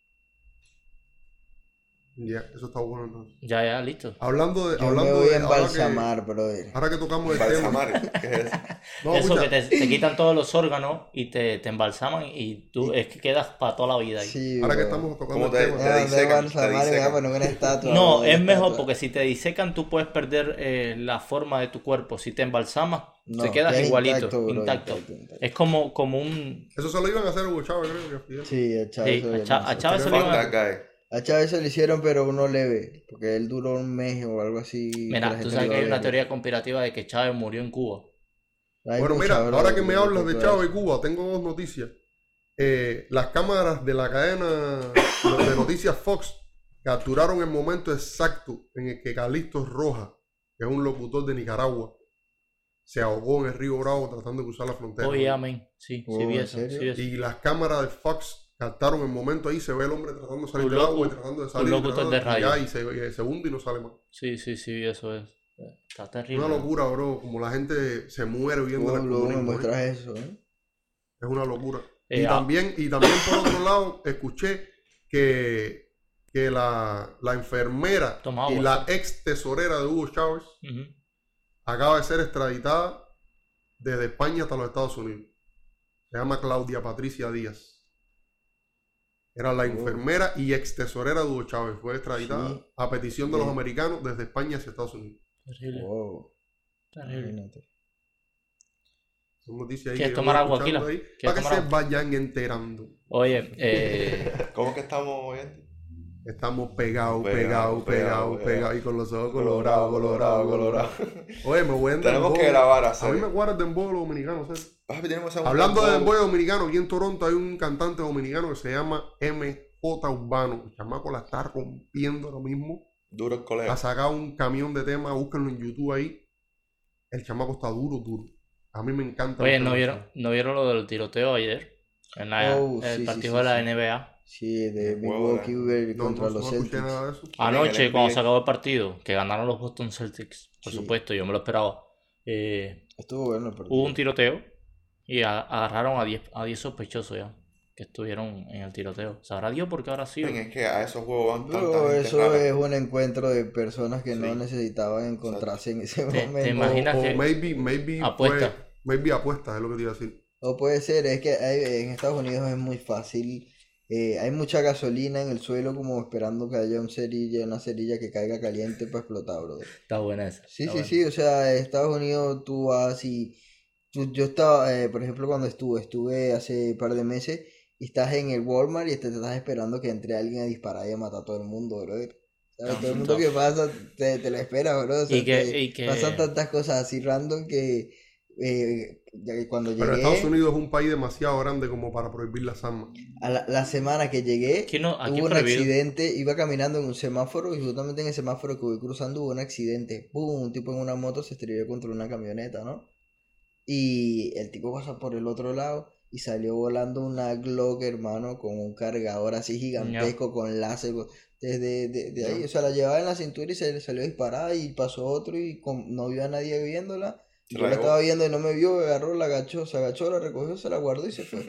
Ya, eso está bueno entonces. Ya, ya, listo. Hablando de. Yo me hablando voy de a ahora que- embalsamar, brother. Ahora que tocamos el tema. Balsamares, ¿qué es [LAUGHS] eso? No, eso escucha, que te, te quitan todos los órganos y te, te embalsaman y tú es que quedas para toda la vida ahí. Sí, ahora que bro. estamos tocando ¿Cómo el te- tema. Me te van a disecan, te embalsamar y me van a disecan? poner una estatua. No, bro, es una mejor estatua. porque si te disecan tú puedes perder eh, la forma de tu cuerpo. Si te embalsamas, No, te quedas quedas igualito, intacto, intacto. bro, intacto, intacto. Es como, como un... Eso se lo iban a hacer a Hugo Chávez, creo que a Fidel. Sí, a Chávez. Sí, se a, le Cha- a lanzó. Chávez se lo Pero- iban a- Bad guy. A Chávez se lo hicieron, pero uno leve. Porque él duró un mes o algo así. Mira, tú sabes que hay una teoría conspirativa de que Chávez murió en Cuba. Bueno, mira, ahora que me hablas de Chávez y Cuba, tengo dos noticias. Eh, las cámaras de la cadena [COUGHS] de noticias Fox capturaron el momento exacto en el que Calixto Roja, que es un locutor de Nicaragua, se ahogó en el río Bravo tratando de cruzar la frontera. Oye, amén. Sí, sí, Oh, vi ¿en eso. serio? Sí, vi eso. Y las cámaras de Fox captaron el momento ahí, se ve el hombre tratando de salir Un del loco- agua y tratando de salir. locutor tratando de radio. llegar Y se, y se hunde y no sale más. Sí, sí, sí, eso es. Está terrible. Una locura, bro. Como la gente se muere viendo el Luego me comunismo, ¿eh? muestras eso, ¿eh? Es una locura. Eh, y, ah. también, y también, por otro lado, escuché que, que la, la enfermera Toma y agua. la ex tesorera de Hugo Chávez Ujú. acaba de ser extraditada desde España hasta los Estados Unidos. Se llama Claudia Patricia Díaz. Era Oh. la enfermera y ex tesorera de Hugo Chávez. Fue extraditada Sí. a petición de los Sí. americanos desde España hacia Estados Unidos. Terrible. Wow, terrible. imagínate. Son noticias ahí ¿Quieres que yo tomar voy agua, escuchando Aquila? ahí ¿Quieres Para que tomar se agua? vayan enterando. Oye, [LAUGHS] eh, ¿Cómo es que estamos, gente? Estamos pegados, pegados, Pegado, pegados, pegado, pegados. pegado. Y con los ojos colorados, colorados, colorados. Oye, me voy a entrar. Tenemos que grabar así. A mí me guarda el dembow dominicano, ¿sabes? Papi, tenemos a un Hablando de tambor. dembow dominicano, aquí en Toronto hay un cantante dominicano que se llama MJ Urbano. El chamaco la está rompiendo ahora mismo. Duro el colegio. Ha sacado un camión de temas, búsquenlo en YouTube ahí. El chamaco está duro, duro. A mí me encanta. oye, el ¿no tema. vieron, ¿no vieron lo del tiroteo ayer? En la- Oh, en el sí, sí, partido sí, de la sí. NBA. Sí, de Huevo, Milwaukee ¿verdad? Uber No, contra no, no los escuché Celtics. nada de eso. en Anoche, el cuando NBA. se acabó el partido, que ganaron los Boston Celtics, por Sí. supuesto, yo me lo esperaba. eh, Estuvo bueno el partido. hubo un tiroteo y a- agarraron a 10 a 10 sospechosos ya que estuvieron en el tiroteo. ¿Sabrá Dios por qué habrá sido? Ven, Es que a esos juegos van Pero tantas gente eso rara. es un encuentro de personas que no Sí. necesitaban encontrarse en ese Te- te O, momento. imagino- Imaginas o que- maybe, maybe. Apuesta. fue- maybe apuestas, es lo que te iba a decir. O puede ser, es que hay- en Estados Unidos es muy fácil. eh, hay mucha gasolina en el suelo como esperando que haya un cerilla, una cerilla que caiga caliente para explotar, brother. Está buena esa. Sí, sí, está buena. sí, o sea, Estados Unidos tú vas y tú- yo estaba, eh, por ejemplo, cuando estuve, estuve hace un par de meses y estás en el Walmart y te estás esperando que entre alguien a disparar y a matar a todo el mundo, bro. ¿Sabes? Todo el mundo que pasa te, te lo espera, bro. O sea, Y que- te- y que- pasan tantas cosas así random que eh, ya que cuando Pero llegué, Estados Unidos es un país demasiado grande como para prohibir las armas. a la, la semana que llegué, Aquí no- aquí hubo un prohibido. accidente, iba caminando en un semáforo y justamente en el semáforo que voy cruzando hubo un accidente. ¡Bum! Un tipo en una moto se estrelló contra una camioneta, ¿no? Y el tipo pasa por el otro lado y salió volando una Glock, hermano, con un cargador así gigantesco, con láser. go- Desde de, de ahí, Ya. o sea, la llevaba en la cintura y se le salió disparada y pasó otro y con- no vio a nadie viéndola. Se Y la yo la llevó. estaba viendo y no me vio, agarró, la agachó, se agachó, la recogió, se la guardó y se [LAUGHS] fue.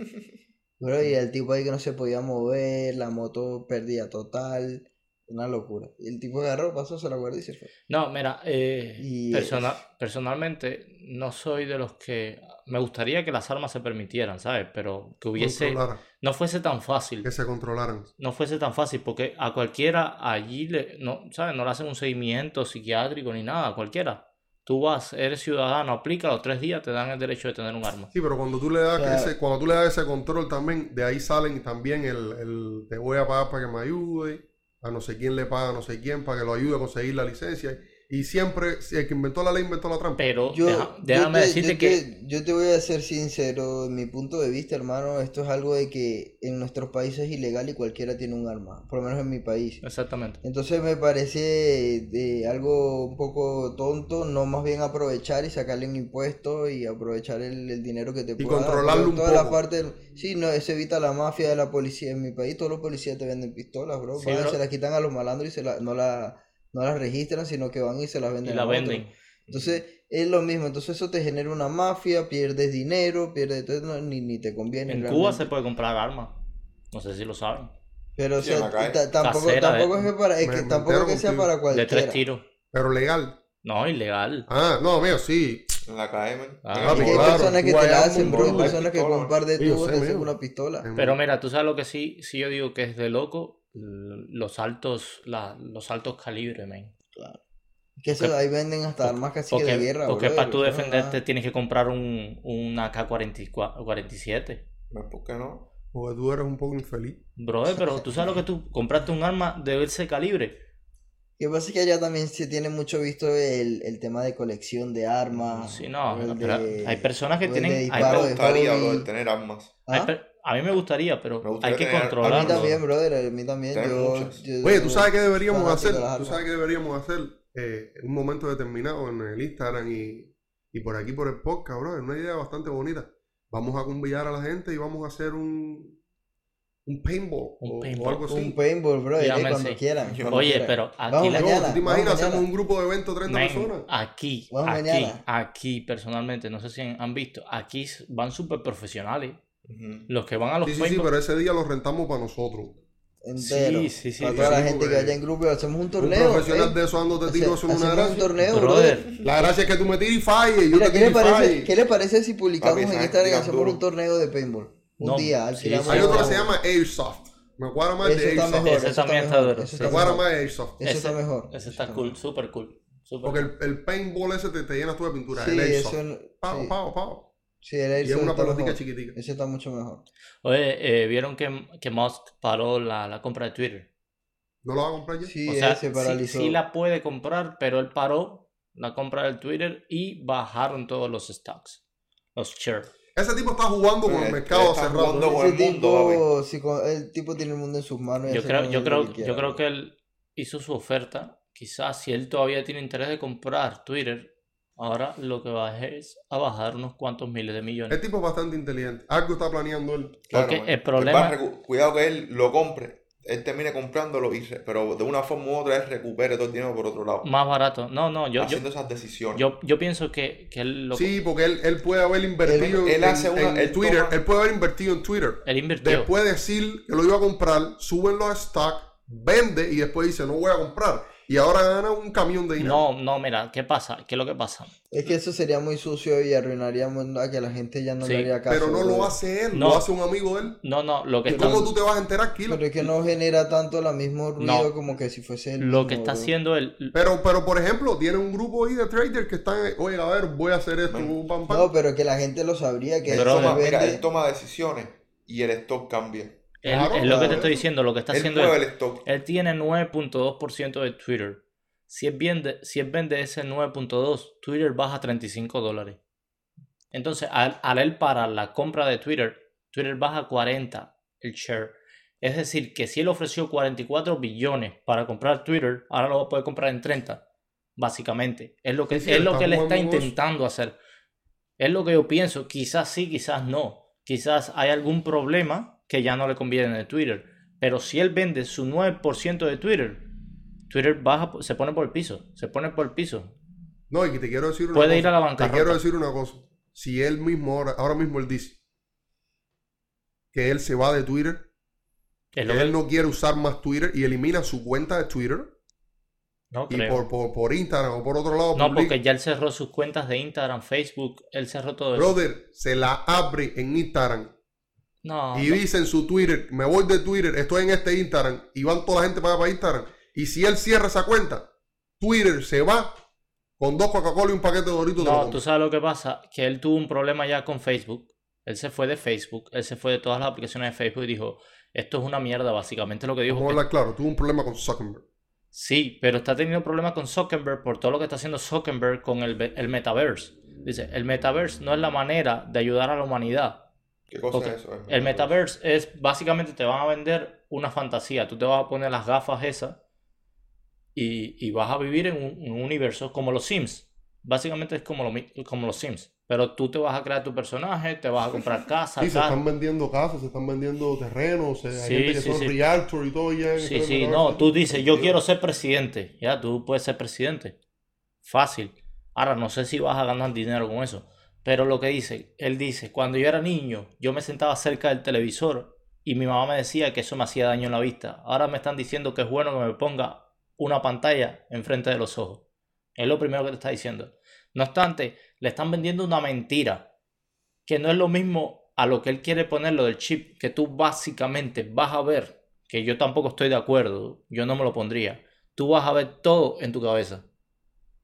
Bro, y el tipo ahí que no se podía mover, la moto perdida total, una locura. Y el tipo agarró, pasó, se la guardó y se fue. No, mira, eh, Y persona- personalmente no soy de los que... Me gustaría que las armas se permitieran, ¿sabes? Pero que hubiese... Controlaran, No fuese tan fácil. que se controlaran. No fuese tan fácil porque a cualquiera allí le, no, ¿sabes? No le hacen un seguimiento psiquiátrico ni nada, a cualquiera. Tú vas, eres ciudadano, aplica los tres días, te dan el derecho de tener un arma. Sí, pero cuando tú le das, Claro. ese, cuando tú le das ese control también, de ahí salen también el, el te voy a pagar para que me ayude, a no sé quién le paga, a no sé quién, para que lo ayude a conseguir la licencia. Y siempre, si el que inventó la ley inventó la trampa. Pero Yo, deja- yo déjame te- decirte yo que... te- yo te voy a ser sincero, en mi punto de vista, hermano, esto es algo de que en nuestros países es ilegal y cualquiera tiene un arma, por lo menos en mi país. Exactamente. Entonces me parece de algo un poco tonto, no más bien aprovechar y sacarle un impuesto y aprovechar el, el dinero que te Y pueda dar, controlarlo porque un toda la poco. parte del- sí, no, eso evita la mafia de la policía. En mi país todos los policías te venden pistolas, bro. Sí, Van, bro. se las quitan a los malandros y se la- no, la, no las registran, sino que van y se las Y venden la a otro. venden. Entonces es lo mismo, entonces eso te genera una mafia, pierdes dinero, pierdes, entonces no, ni, ni te conviene. En Cuba realmente. se puede comprar armas. No sé si lo saben. Pero o Sí, en sea, la calle. ta- tampoco, Casera, eh. tampoco es que para, es me- que me tampoco entero que sea contigo. para De tres cualquiera. tiros. Pero legal. No, ilegal. Ah, no, mío, sí. En la calle, man. Ah, En Ah, el Y que hay lugar. claro, personas que Cuba te la es un hacen, bro. Hay mundo, personas que con pistola. un par de Sí, yo tubos sé, te hacen mijo. una pistola. Pero mira, tú sabes lo que sí, sí yo digo que es de loco. L- Los altos, la- los altos calibres, men. Que eso Porque- ahí venden hasta porque- armas casi que de Porque, guerra, pues, porque brother, para tú eso no es defenderte nada. tienes que comprar un, un AK-47. Man, Pues, ¿Por qué no? Porque tú eres un poco infeliz. Brother, pero tú sabes lo que [LAUGHS] tú compraste un arma de ese calibre. Que pasa es que allá también se tiene mucho visto el, el tema de colección de armas. Sí, no, o el pero de- hay personas que o el de tienen- hay disparo Me Claro, de gustaría, hobby. bro, de tener armas. ¿Ah? Ay, pero- a mí me gustaría, pero Me hay gustaría que tener armas. A controlarlo. mí también, brother, a mí también. Tengo Yo- muchas. yo- Oye, ¿tú sabes qué deberíamos fanático hacer? de las ¿Tú armas. sabes qué deberíamos hacer? Eh, un momento determinado en el Instagram y, y por aquí por el podcast, bro. Es una idea bastante bonita. Vamos a convidar a la gente y vamos a hacer un, un paintball, Un o- o, paintball, algo así. Un paintball, brother, eh, Llámense. cuando quieran. Yo- cuando Oye, quieran. pero aquí Vamos la, Yo, mañana, ¿Tú te imaginas? vamos Hacemos mañana. un grupo de 20 o 30 Men, personas. aquí, Vamos aquí, mañana. aquí, personalmente, no sé si han visto, aquí s- van súper profesionales. Ujú. Los que van a los Sí, sí, sí, paintball- pero ese día lo rentamos para nosotros. Entero. Sí, sí, sí. Para toda la Sí, gente que porque- vaya en grupo y hacemos un Un torneo. profesional ¿eh? de eso dándote Hace- tiros en una hacemos un gracia. torneo, brother. Brother, La gracia es que tú me tires y falles. Yo Mira, te ¿qué le, tiro y parece, ¿qué falles. le parece si publicamos Papi, en saben Instagram y que hacemos duro. un torneo de paintball? Un No, día, sí, alquilamos. sí. Hay otro que Oh. se llama Airsoft. Me cuadra más el Eso de está Airsoft. mejor. Ese eso está también está mejor, duro, eso sí. Me está cuadra mejor. más Airsoft. Eso está Ese- mejor. ese eso está cool, súper cool. súper Porque cool. el, el paintball ese te, te llenas tú de pintura. Sí, el Airsoft. eso no- Pau, sí. pao, pao. Sí, el Y es Airsoft una está pelotica mejor. chiquitica. Ese está mucho mejor. Oye, eh, ¿vieron que, que Musk paró la, la compra de Twitter? ¿No lo vas a comprar ya? Sí, o sea, ese sí- paralizó. sí la puede comprar, pero él paró la compra del Twitter y bajaron todos los stocks, los shares. Ese tipo está jugando con Eh, el mercado está hace rato. jugando ¿eh? con Ese el mundo, tipo, sí, con- el tipo tiene el mundo en sus manos. y Yo hace creo, con yo él lo creo, que quiera, yo creo bro. que él hizo su oferta. Quizás si él todavía tiene interés de comprar Twitter, ahora lo que va a hacer es a bajar unos cuantos miles de El millones. tipo es bastante inteligente. Algo está planeando él. Claro, Porque man. el Él problema- va a recu- Cuidado que él lo compre. Él termine comprándolo, y re- pero de una forma u otra él recupere todo el dinero por otro lado. Más barato. No, no, yo, yo, haciendo esas decisiones. yo, yo pienso que, que él lo Sí, porque él, él puede haber invertido Él- él en, hace una- en él Twitter. toma- Él puede haber invertido en Twitter. él invirtió. Después decir que lo iba a comprar, suben los stocks, vende y después dice no voy a comprar. Y ahora gana un camión de dinero. No, no, mira, ¿qué pasa? ¿Qué es lo que pasa? Es que eso sería muy sucio y arruinaríamos a que la gente ya no Sí, le haría caso. pero no lo bro. hace él, No. lo hace un amigo de él. No, no, lo que ¿Y está, ¿Cómo tú te vas a enterar, Kilo? Pero es que no genera tanto el mismo ruido No. como que si fuese el lo que mismo, está bro. haciendo él. Pero, pero, por ejemplo, tiene un grupo ahí de traders que están, oye, a ver, voy a hacer esto, Man. pam, pam. No, pero que la gente lo sabría, que él, Pero, eso toma, le mira, vende- él [LAUGHS] toma decisiones y el stock cambia. él- Claro, es lo que claro. te estoy diciendo, lo que está él haciendo mueve él. el stock. Él tiene 9.2% de Twitter. Si él, vende, si él vende ese 9.2, Twitter baja 35 dólares. Entonces, al, al él parar la compra de Twitter, Twitter baja 40 el share. Es decir, que si él ofreció 44 billones para comprar Twitter, ahora lo va a poder comprar en 30, básicamente. Es lo que, Sí, sí, es él lo está que él está jugando un negocio. intentando hacer. Es lo que yo pienso. Quizás sí, quizás no. quizás hay algún problema que ya no le conviene de Twitter. Pero si él vende su 9% de Twitter, Twitter baja, se pone por el piso, se pone por el piso. No, y que te quiero decir una Puede cosa. ir a la Te bancarrota. quiero decir una cosa. Si él mismo ahora, ahora mismo él dice que él se va de Twitter, Es lo que que- él no quiere usar más Twitter y elimina su cuenta de Twitter no y creo. por, por, por Instagram o por otro lado No, publica- porque ya él cerró sus cuentas de Instagram, Facebook, él cerró todo eso. brother se la abre en Instagram No, y no. dice en su Twitter, me voy de Twitter, estoy en este Instagram y van toda la gente para, para Instagram y si él cierra esa cuenta, Twitter se va con dos Coca-Cola y un paquete de Doritos. te lo No, compra. tú sabes lo que pasa, que él tuvo un problema ya con Facebook. Él se fue de Facebook, él se fue de todas las aplicaciones de Facebook y dijo, esto es una mierda, básicamente lo que dijo. Vamos a que- hablar claro, tuvo un problema con Zuckerberg. Sí, pero está teniendo problemas con Zuckerberg por todo lo que está haciendo Zuckerberg con el, ve- el metaverse. Dice, el metaverse no es la manera de ayudar a la humanidad. ¿Qué cosa Ok. es eso? Es El metaverse es básicamente te van a vender una fantasía. Tú te vas a poner las gafas esas y, y vas a vivir en un, un universo como los Sims. Básicamente es como, lo mi- como los Sims. Pero tú te vas a crear tu personaje, te vas [LAUGHS] a comprar casa, Sí, se tal. están vendiendo casas, se están vendiendo terrenos, se- hay Sí, gente que sí, son sí. realtor y todo ya. en Sí, este sí, metaverso. no, tú dices, yo quiero ser presidente. Ya, tú puedes ser presidente. Fácil. Ahora, no sé si vas a ganar dinero con eso. Pero lo que dice, él dice, cuando yo era niño, yo me sentaba cerca del televisor y mi mamá me decía que eso me hacía daño en la vista. Ahora me están diciendo que es bueno que me ponga una pantalla enfrente de los ojos. Es lo primero que te está diciendo. No obstante, le están vendiendo una mentira que no es lo mismo a lo que él quiere poner lo del chip, que tú básicamente vas a ver, que yo tampoco estoy de acuerdo, yo no me lo pondría, tú vas a ver todo en tu cabeza.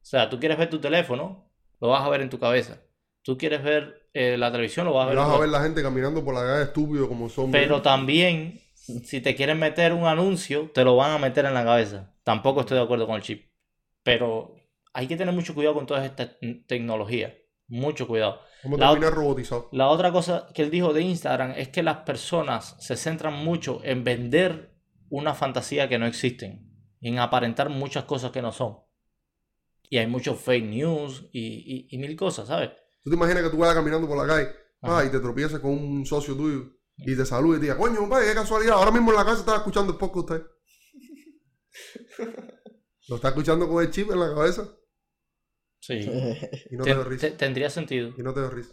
O sea, tú quieres ver tu teléfono, lo vas a ver en tu cabeza. Tú quieres ver eh, la televisión, lo vas a Y ver. en vas tu a cabeza. ver la gente caminando por la calle estúpido como son. Pero también, si te quieren meter un anuncio, te lo van a meter en la cabeza. Tampoco estoy de acuerdo con el chip. Pero hay que tener mucho cuidado con todas estas tecnologías. Mucho cuidado. Vamos la a terminar robotizado. La otra cosa que él dijo de Instagram es que las personas se centran mucho en vender una fantasía que no existen, en aparentar muchas cosas que no son. Y hay mucho fake news y, y- y mil cosas, ¿sabes? ¿Tú te imaginas que tú vayas caminando por la calle Ajá. ah, y te tropiezas con un socio tuyo y te saluda y te diga, coño, compadre, qué casualidad, ahora mismo en la casa estaba escuchando el podcast [LAUGHS] usted. Lo está escuchando con el chip en la cabeza Sí. y no te, Ten- da risa. te- tendría sentido. Y no te da risa.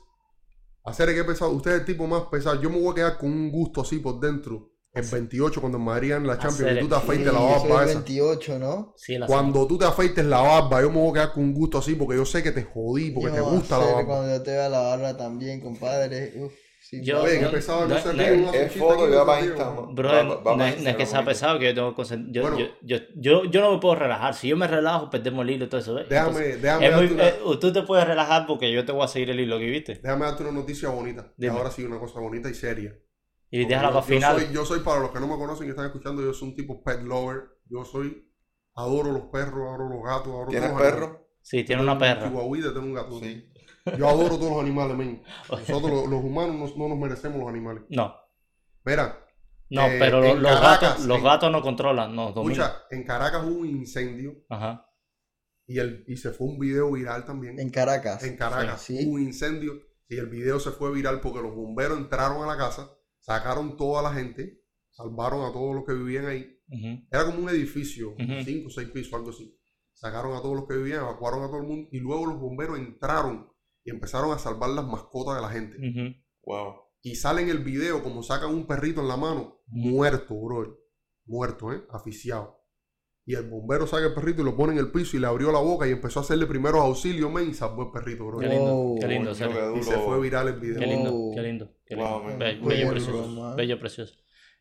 Hacer que pesado. Usted es el tipo más pesado. Yo me voy a quedar con un gusto así por dentro. En 28, cuando en Madrid en la Champions, Hacer- y tú te afeites la Sí, yo soy barba el esa. 28, ¿no? Sí, la Cuando tú te afeites la barba, yo me voy a quedar con un gusto así porque yo sé que te jodí, porque te Yo, gusta la hacer barba. Cuando yo te vea la barba también, compadre. Uf, sin Yo- barba. Oye, qué pesado, no No, se no, ríe. uno hace un Es chiste foto aquí, y va no para se ríe, Instagram. uno. Bro, Va- no, va- va no para es no es que Instagram, sea bonito. pesado que yo tengo que concent- yo, Bueno. yo, yo, yo, yo no me puedo relajar. Si yo me relajo, perdemos el hilo y todo eso. ¿ves? Déjame, Entonces, déjame, es muy- darte una, eh, tú te puedes relajar porque yo te voy a seguir el hilo que viste. déjame darte una noticia bonita. que Dime. ahora sí, una cosa bonita y seria. Y Porque déjala yo- para yo final. soy- yo soy, para los que no me conocen y están escuchando, yo soy un tipo pet lover. Yo soy, adoro los perros, adoro los gatos, adoro ¿Tienes todos los animales. perro? Sí, tiene una perra. Chihuahuita, tengo un gato. Sí. Yo adoro todos los animales, [LAUGHS] men. Nosotros los, los humanos no, no nos merecemos los animales. No, Mira, no, Eh, pero lo- en los, Caracas, gatos, los en- gatos no controlan, no dominan. escucha, en Caracas hubo un incendio Ajá. y, el, y se fue un video viral también. En Caracas. En Caracas Sí, sí. hubo un incendio y el video se fue viral porque los bomberos entraron a la casa, sacaron toda la gente, salvaron a todos los que vivían ahí. ujú. Era como un edificio, Ujú. cinco o seis pisos, algo así. Sacaron a todos los que vivían, evacuaron a todo el mundo y luego los bomberos entraron y empezaron a salvar las mascotas de la gente. Ujú. Wow. y sale en el video como sacan un perrito en la mano, muerto, bro. Muerto, ¿eh? Aficiado. Y el bombero saca el perrito y lo pone en el piso y le abrió la boca y empezó a hacerle primeros auxilios, men, y salvó el perrito, bro. Qué lindo, Wow. qué lindo, Coño, serio. qué Y se duro. fue viral el video. Qué lindo, Wow. qué lindo. qué Wow, lindo. Mm, man. Be- Muy bello, bien, precioso. man. Bello, precioso.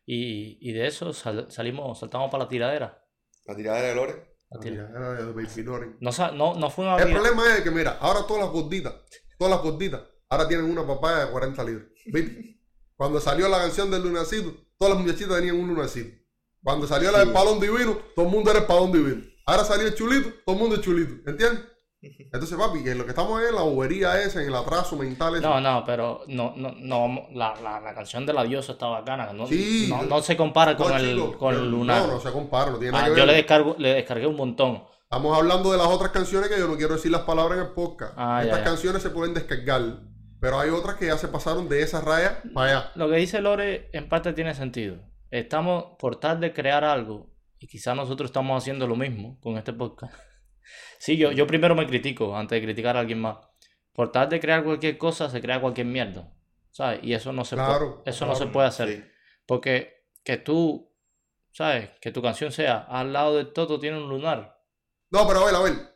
Y, y de eso sal- salimos, saltamos para la tiradera. La tiradera de Lore. La Ah, tira- mira, era de Baby Loren. No, sa- no, no fue una El tira- problema es que, mira, ahora todas las gorditas, todas las gorditas, ahora tienen una papaya de 40 libras. [LAUGHS] ¿Viste? Cuando salió la canción del lunacito, todas las muchachitas tenían un lunacito. Cuando salió la del Sí. palón divino, todo el mundo era el palón divino. Ahora salió el chulito, todo el mundo es chulito. [LAUGHS] ¿Entiendes? Entonces, papi, que lo que estamos es en la bobería esa, en el atraso mental ese. No, no, pero no, no, no, vamos- la, la, la canción de la diosa está bacana. No, Sí. no, no se compara con No, el, chico, con el lunar. No, no se compara, no tiene Ah, nada que yo le, ver. descargo, le descargué un montón. Estamos hablando de las otras canciones que yo no quiero decir las palabras en el podcast. Ah, ya, Estas ya. canciones se pueden descargar, Pero hay otras que ya se pasaron de esa raya para allá. Lo que dice Lore en parte tiene sentido. Estamos por tal de crear algo y quizás nosotros estamos haciendo lo mismo con este podcast. [LAUGHS] Sí, yo, yo primero me critico antes de criticar a alguien más. Por tal de crear cualquier cosa se crea cualquier mierda. ¿Sabes? Y eso no se, Claro, puede, eso no claro, se puede hacer. Sí. Porque que tú, ¿sabes? Que tu canción sea Al lado del Toto tiene un lunar. No, pero a ver, a ver.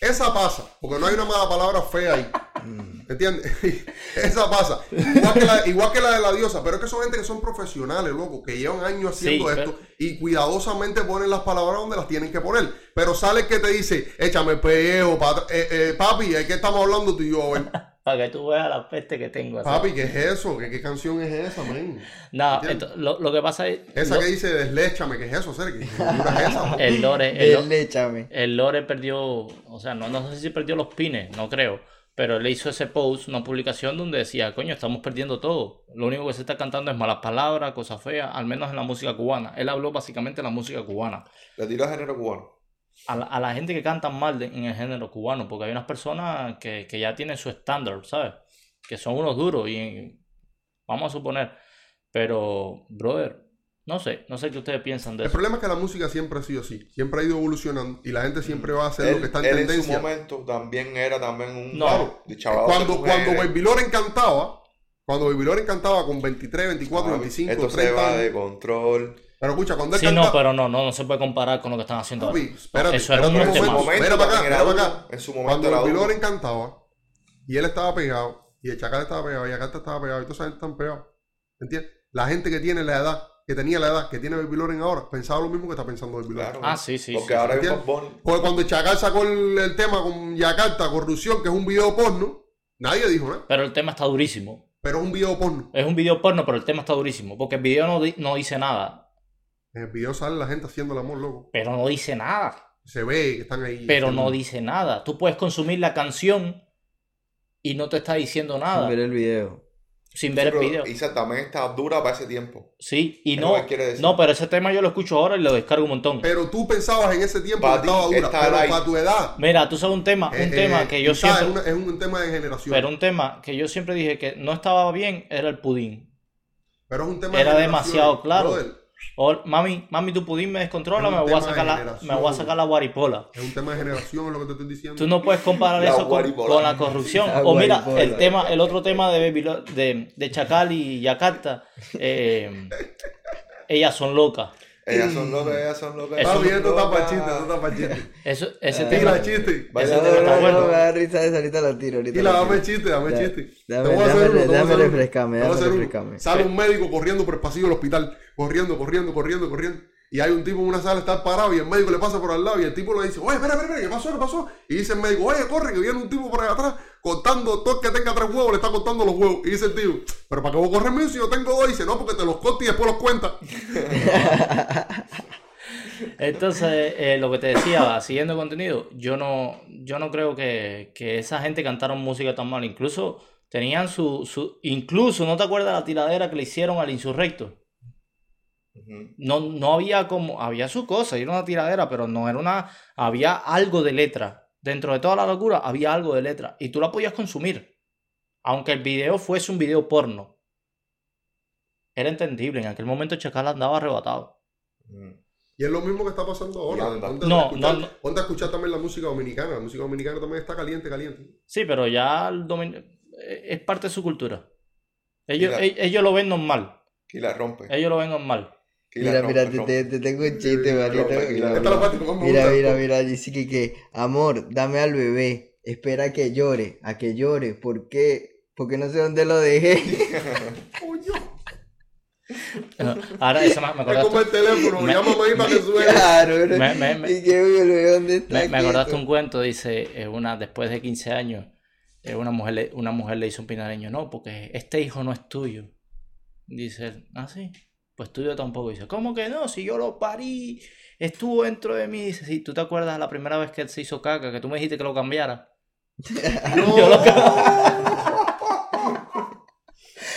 Esa pasa, porque no hay una mala palabra fea ahí. Mm. ¿Entiendes? [LAUGHS] Esa pasa. Igual que, la, igual que la de la diosa, pero es que son gente que son profesionales, loco, que llevan años haciendo Sí, esto y cuidadosamente ponen las palabras donde las tienen que poner. Pero sale el que te dice, échame el pellejo, pa- eh, eh, papi, ¿de qué estamos hablando tú y yo? A ver, Para que tú veas la peste que tengo. así. papi, ¿qué es eso? ¿Qué, qué canción es esa, man? Nada, ¿entiendes? ento- lo, lo que pasa es... Esa lo- que dice, desléchame, ¿qué es eso, Sergio? ¿Qué locura es esa? el Lore... el Lo- Deléchame. El Lore perdió, o sea, no, no sé si perdió los pines, no creo, pero él hizo ese post, una publicación donde decía, coño, estamos perdiendo todo. Lo único que se está cantando es malas palabras, cosas feas, al menos en la música cubana. Él habló básicamente de la música cubana. Le tiró al género cubano. A la, a la gente que canta mal de- en el género cubano, porque hay unas personas que, que ya tienen su estándar, ¿sabes? Que son unos duros y vamos a suponer. Pero, brother, no sé, no sé qué ustedes piensan de El eso. problema es que la música siempre ha sido así, siempre ha ido evolucionando y la gente siempre va a hacer lo Él, que está en él en su tendencia. momento también era también un No. claro, de chaval. cuando, cuando Baby Loren cantaba, cuando Baby Loren cantaba con 23, 24, 25, Ah, Esto se 30 va años. de control. Pero escucha, cuando él Sí, no, cantaba. pero no, no, no se puede comparar con lo que están haciendo ahora. Papi, espérate, Eso era espérate otro un tema. momento. Mira para acá, también era mira para duro. acá. En su cuando momento era Baby duro. Loren cantaba, y él estaba pegado, y el Chacal estaba pegado, y Acata estaba pegado, y toda esa gente están pegados. ¿Entiendes? La gente que tiene la edad, que tenía la edad, que tiene Baby Loren ahora, pensaba lo mismo que está pensando Baby Loren. Claro. Ah, sí, sí. Porque sí. ahora hay un ¿Entiendes? Bob Bunny. Porque cuando el Chacal sacó el, el tema con Yakarta, corrupción, que es un video porno, nadie dijo nada, Pero el tema está durísimo. pero es un video porno. Es un video porno, pero el tema está durísimo. Porque el video no, di- no dice nada. En el video sale la gente haciendo el amor, loco. Pero no dice nada. Se ve que están ahí. Pero haciendo- no dice nada. Tú puedes consumir la canción y no te está diciendo nada. Sin ver el video. Sin ver el Pero video. Isa también está dura para ese tiempo. Sí, y Es no. lo que quiere decir. No, pero ese tema yo lo escucho ahora y lo descargo un montón. Pero tú pensabas en ese tiempo Pa' que estaba ti, dura, está pero light. para tu edad. Mira, tú sabes un tema, un eh, tema eh, que yo tú sabes, siempre. es una- es un tema de generación. Pero Pero, un tema que yo siempre dije que no estaba bien era el pudín. es un tema de era generaciones, demasiado claro. brother. O, mami, mami, tu pudín me Es descontrola, un me voy, a tema de sacar la, generación. me voy a sacar la guaripola. Es un tema de generación lo que te estoy diciendo. Tú no puedes [LAUGHS] comparar La eso con, guaribola. con la corrupción. La o mira, guaribola. el tema, el otro tema de Baby Lo- de, de Chacal y Yakarta. [LAUGHS] eh, ellas son locas. Ellas son locas, ellas son locas. Eso- ellas Papi, son esto está para locas. chiste, esto está para chiste. [LAUGHS] Eso, ese Ah. Tira tema. chiste. Vaya, Ese No, tema no, está no, bueno. me da risa esa, ahorita la tiro. Ahorita Tira, la tiro. dame chiste, dame Ya, chiste. dame- Te voy a dame- hacer uno, te voy a dame hacer uno. refrescame, Te voy a dame hacer uno. refrescame. Sale un médico corriendo por el pasillo del hospital. Corriendo, corriendo, corriendo, corriendo. Y hay un tipo en una sala, está parado y el médico le pasa por al lado y el tipo le dice, oye, espera, espera, espera, ¿qué pasó? ¿Qué pasó? Y dice el médico, oye, corre, que viene un tipo por allá atrás cortando, todo el que tenga tres huevos, le está cortando los huevos. Y dice el tío, pero ¿para qué vos corres mío si yo tengo dos? Y dice, no, porque te los corto y después los cuenta. Entonces, eh, lo que te decía, siguiendo contenido, yo no, yo no creo que, que esa gente cantaron música tan mal. Incluso tenían su, su. Incluso, ¿no te acuerdas la tiradera que le hicieron al insurrecto? Ujú. No, no había como, había su cosa, era una tiradera, pero no era una, había algo de letra. Dentro de toda la locura había algo de letra y tú la podías consumir. Aunque el video fuese un video porno. Era entendible, en aquel momento Chacal andaba arrebatado. Ujú. Y es lo mismo que está pasando ahora. Y anda. Ponte No, a escuchar, no, no. ponte a escuchar también la música dominicana. La música dominicana también está caliente, caliente. Sí, pero ya el domin- es parte de su cultura. Ellos, Mira. e- ellos lo ven normal, Aquí la rompe. ellos lo ven normal. Aquí la Mira, rompe, mira, te, rompe. te- te tengo un chiste, manito. rompe, Mira, rompe. Esta es la parte que más me Mira, gusta. mira, mira, dice que, que, amor, dame al bebé, espera a que llore, a que llore, ¿por qué? Porque no sé dónde lo dejé. Coño. Ahora eso me, me [LAUGHS] Es como acordaste, el teléfono, Me- llámame ahí para que [LAUGHS] suene. claro, bro. me- me- me- Y que uy, el bebé dónde está. Me, me acordaste quieto? un cuento, dice, eh, una, después de 15 años, eh, una, mujer le, una mujer le hizo un pinareño, no, porque este hijo no es tuyo. Dice él, ah, sí, pues tuyo tampoco. Dice, ¿cómo que no? Si yo lo parí, estuvo dentro de mí. Dice, si tú te acuerdas la primera vez que él se hizo caca, que tú me dijiste que lo cambiara. [LAUGHS] Yo lo ca-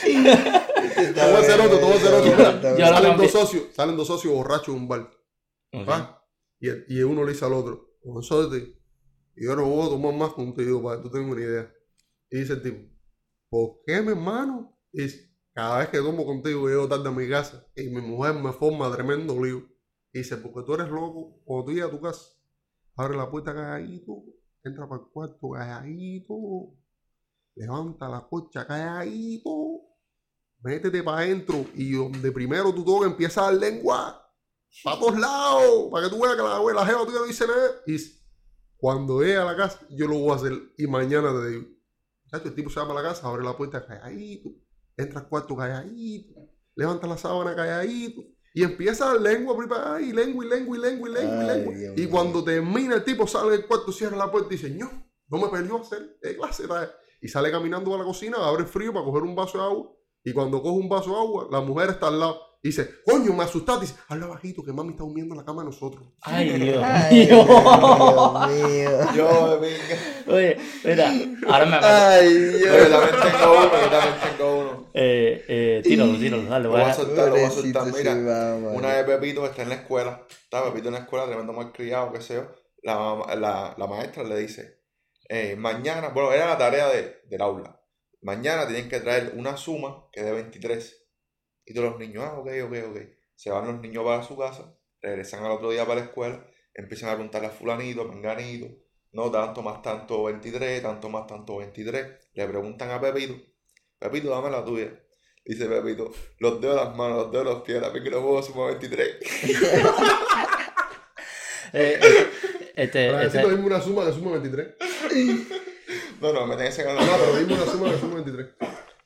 Te voy a hacer otro, te voy a hacer otro. Mira, Está bueno, Ya está lo salen cambié. dos socios, salen dos socios borrachos en un bar. ¿va? Y, el- y uno le dice al otro, consorte, yo no voy a tomar más contigo para que tú tengas una idea. Y dice el tipo, ¿Por qué, mi hermano? Dice, cada vez que tomo contigo llego tarde a mi casa y mi mujer me forma tremendo lío. Dice, porque tú eres loco, cuando tú llegas a tu casa, abre la puerta calladito, entra para el cuarto calladito, levanta la cocha calladito, métete para adentro y donde primero tú tocas empieza a dar lengua para todos lados, para que tú veas que la abuela jeva tuya no dice nada. Y dice, cuando llegue a la casa, yo lo voy a hacer y mañana te digo. Muchacho, el tipo se va para la casa, abre la puerta calladito, entra al cuarto calladito, levanta la sábana calladito. Y empieza la lengua, por ahí para- ay, lengua y lengua y lengua y lengua y Ay, lengua. Dios y mío. cuando termina el tipo, sale del cuarto, cierra la puerta y dice, no, no me perdió hacer eh, clase. trae". Y sale caminando a la cocina, abre el frío para coger un vaso de agua. Y cuando coge un vaso de agua, la mujer está al lado. Y dice, coño, me asustaste. Y dice, habla bajito que mami está durmiendo en la cama de nosotros. Ay, [LAUGHS] Dios. Ay, Dios mío. mío. [LAUGHS] Yo, venga. Oye, mira, ahora me acuerdo. Ay, Yo Dios. también tengo uno, yo también tengo uno. Eh, eh, tíralo, tíralo, dale, Lo voy voy a- a soltar, lo voy a soltar. Mira, Pobrecito, sí, vamos. Una de Pepito está en la escuela, está Pepito en la escuela, tremendo mal criado, qué sé yo. La, mamá- la, la maestra le dice, eh, mañana, bueno, era la tarea de, del aula. Mañana tienen que traer una suma que de 23. Y todos los niños, ah, ok, ok, ok. Se van los niños para su casa, regresan al otro día para la escuela, empiezan a preguntarle a fulanito, a menganito, no, tanto más tanto 23, tanto más tanto 23. Le preguntan a Pepito, Pepito, dame la tuya. Dice Pepito, los dedos de las manos, los dedos de los pies, la que no puedo sumar 23. eh, eh, este, Para este- decirte, dime una suma que suma 23. No, no, me tenés que No, ganar. Ah, pero dime una suma que suma 23.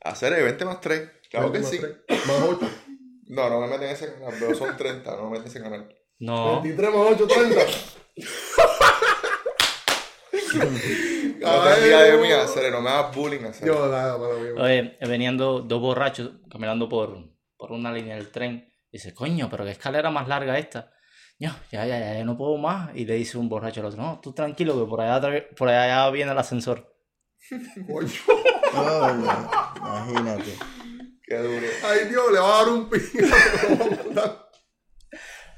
Hacer el 20 más 3. Claro 20 que más sí. tres, Más 8. No, no me tenés que ganar, pero son 30, no me tenés que ganar. Ah. No. 23 más [LAUGHS] 8, 30. La otra día de mí, hacer, eh, no me hagas bullying, hacer. Yo, nada, para mí. Oye, venían do- dos borrachos caminando por, por una línea del tren. Dice, coño, pero qué escalera más larga esta. No, ya, ya, ya, ya no puedo más. Y le dice un borracho al otro, no, tú tranquilo, que por allá, tra- por allá viene el ascensor. Coño. No, no, imagínate. Qué duro. Ay, Dios, le va a dar [LAUGHS] un pingo.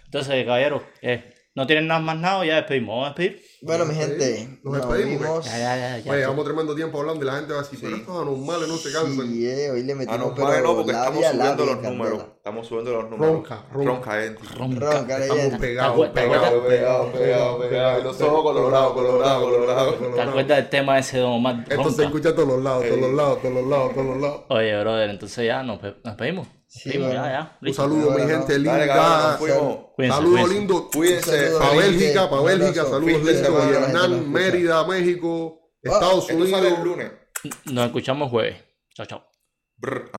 Entonces, caballero, eh, no tienen nada más nada, o ya despedimos, vamos a despedir. Bueno, mi Nos gente, despedimos, nos nos despedimos, vimos. Ya, ya, ya, ya. Oye, llevamos tremendo tiempo hablando y la gente va a decir, Sí. pero estos anormales no se cansan. Sí, eh, hoy le metimos A Ah, no, pero no, porque estamos labia, subiendo labia, los Candela. números. Estamos subiendo los números. Ronca, ronca. Ronca, gente. Ronca. Ronca, Estamos leyenda. pegados, ¿Te acuerdas? pegados, Pegado, pegado, pegado. Y los ojos colorados, colorados, colorados. ¿Te acuerdas del tema ese de Omar? Esto se Ronca. escucha a todos los lados, todos los lados, todos los lados, todos los lados. Oye, brother, entonces ya nos, pe- nos pedimos. Sí, Pedimos, bueno. ya, ya. Un listo. saludo, mi Bueno, gente Dale, cabrón, linda. nos fuimos. Cuídense, Saludos cuídense. lindos. Cuídense. Saludos. Para Bélgica, para Un abrazo. Bélgica, saludos Fin de lindos. semana, gente, Hernán, nos Mérida, México, Estados Ah, Esto sale el Unidos. lunes. Nos escuchamos jueves. Chao, chao. Brr.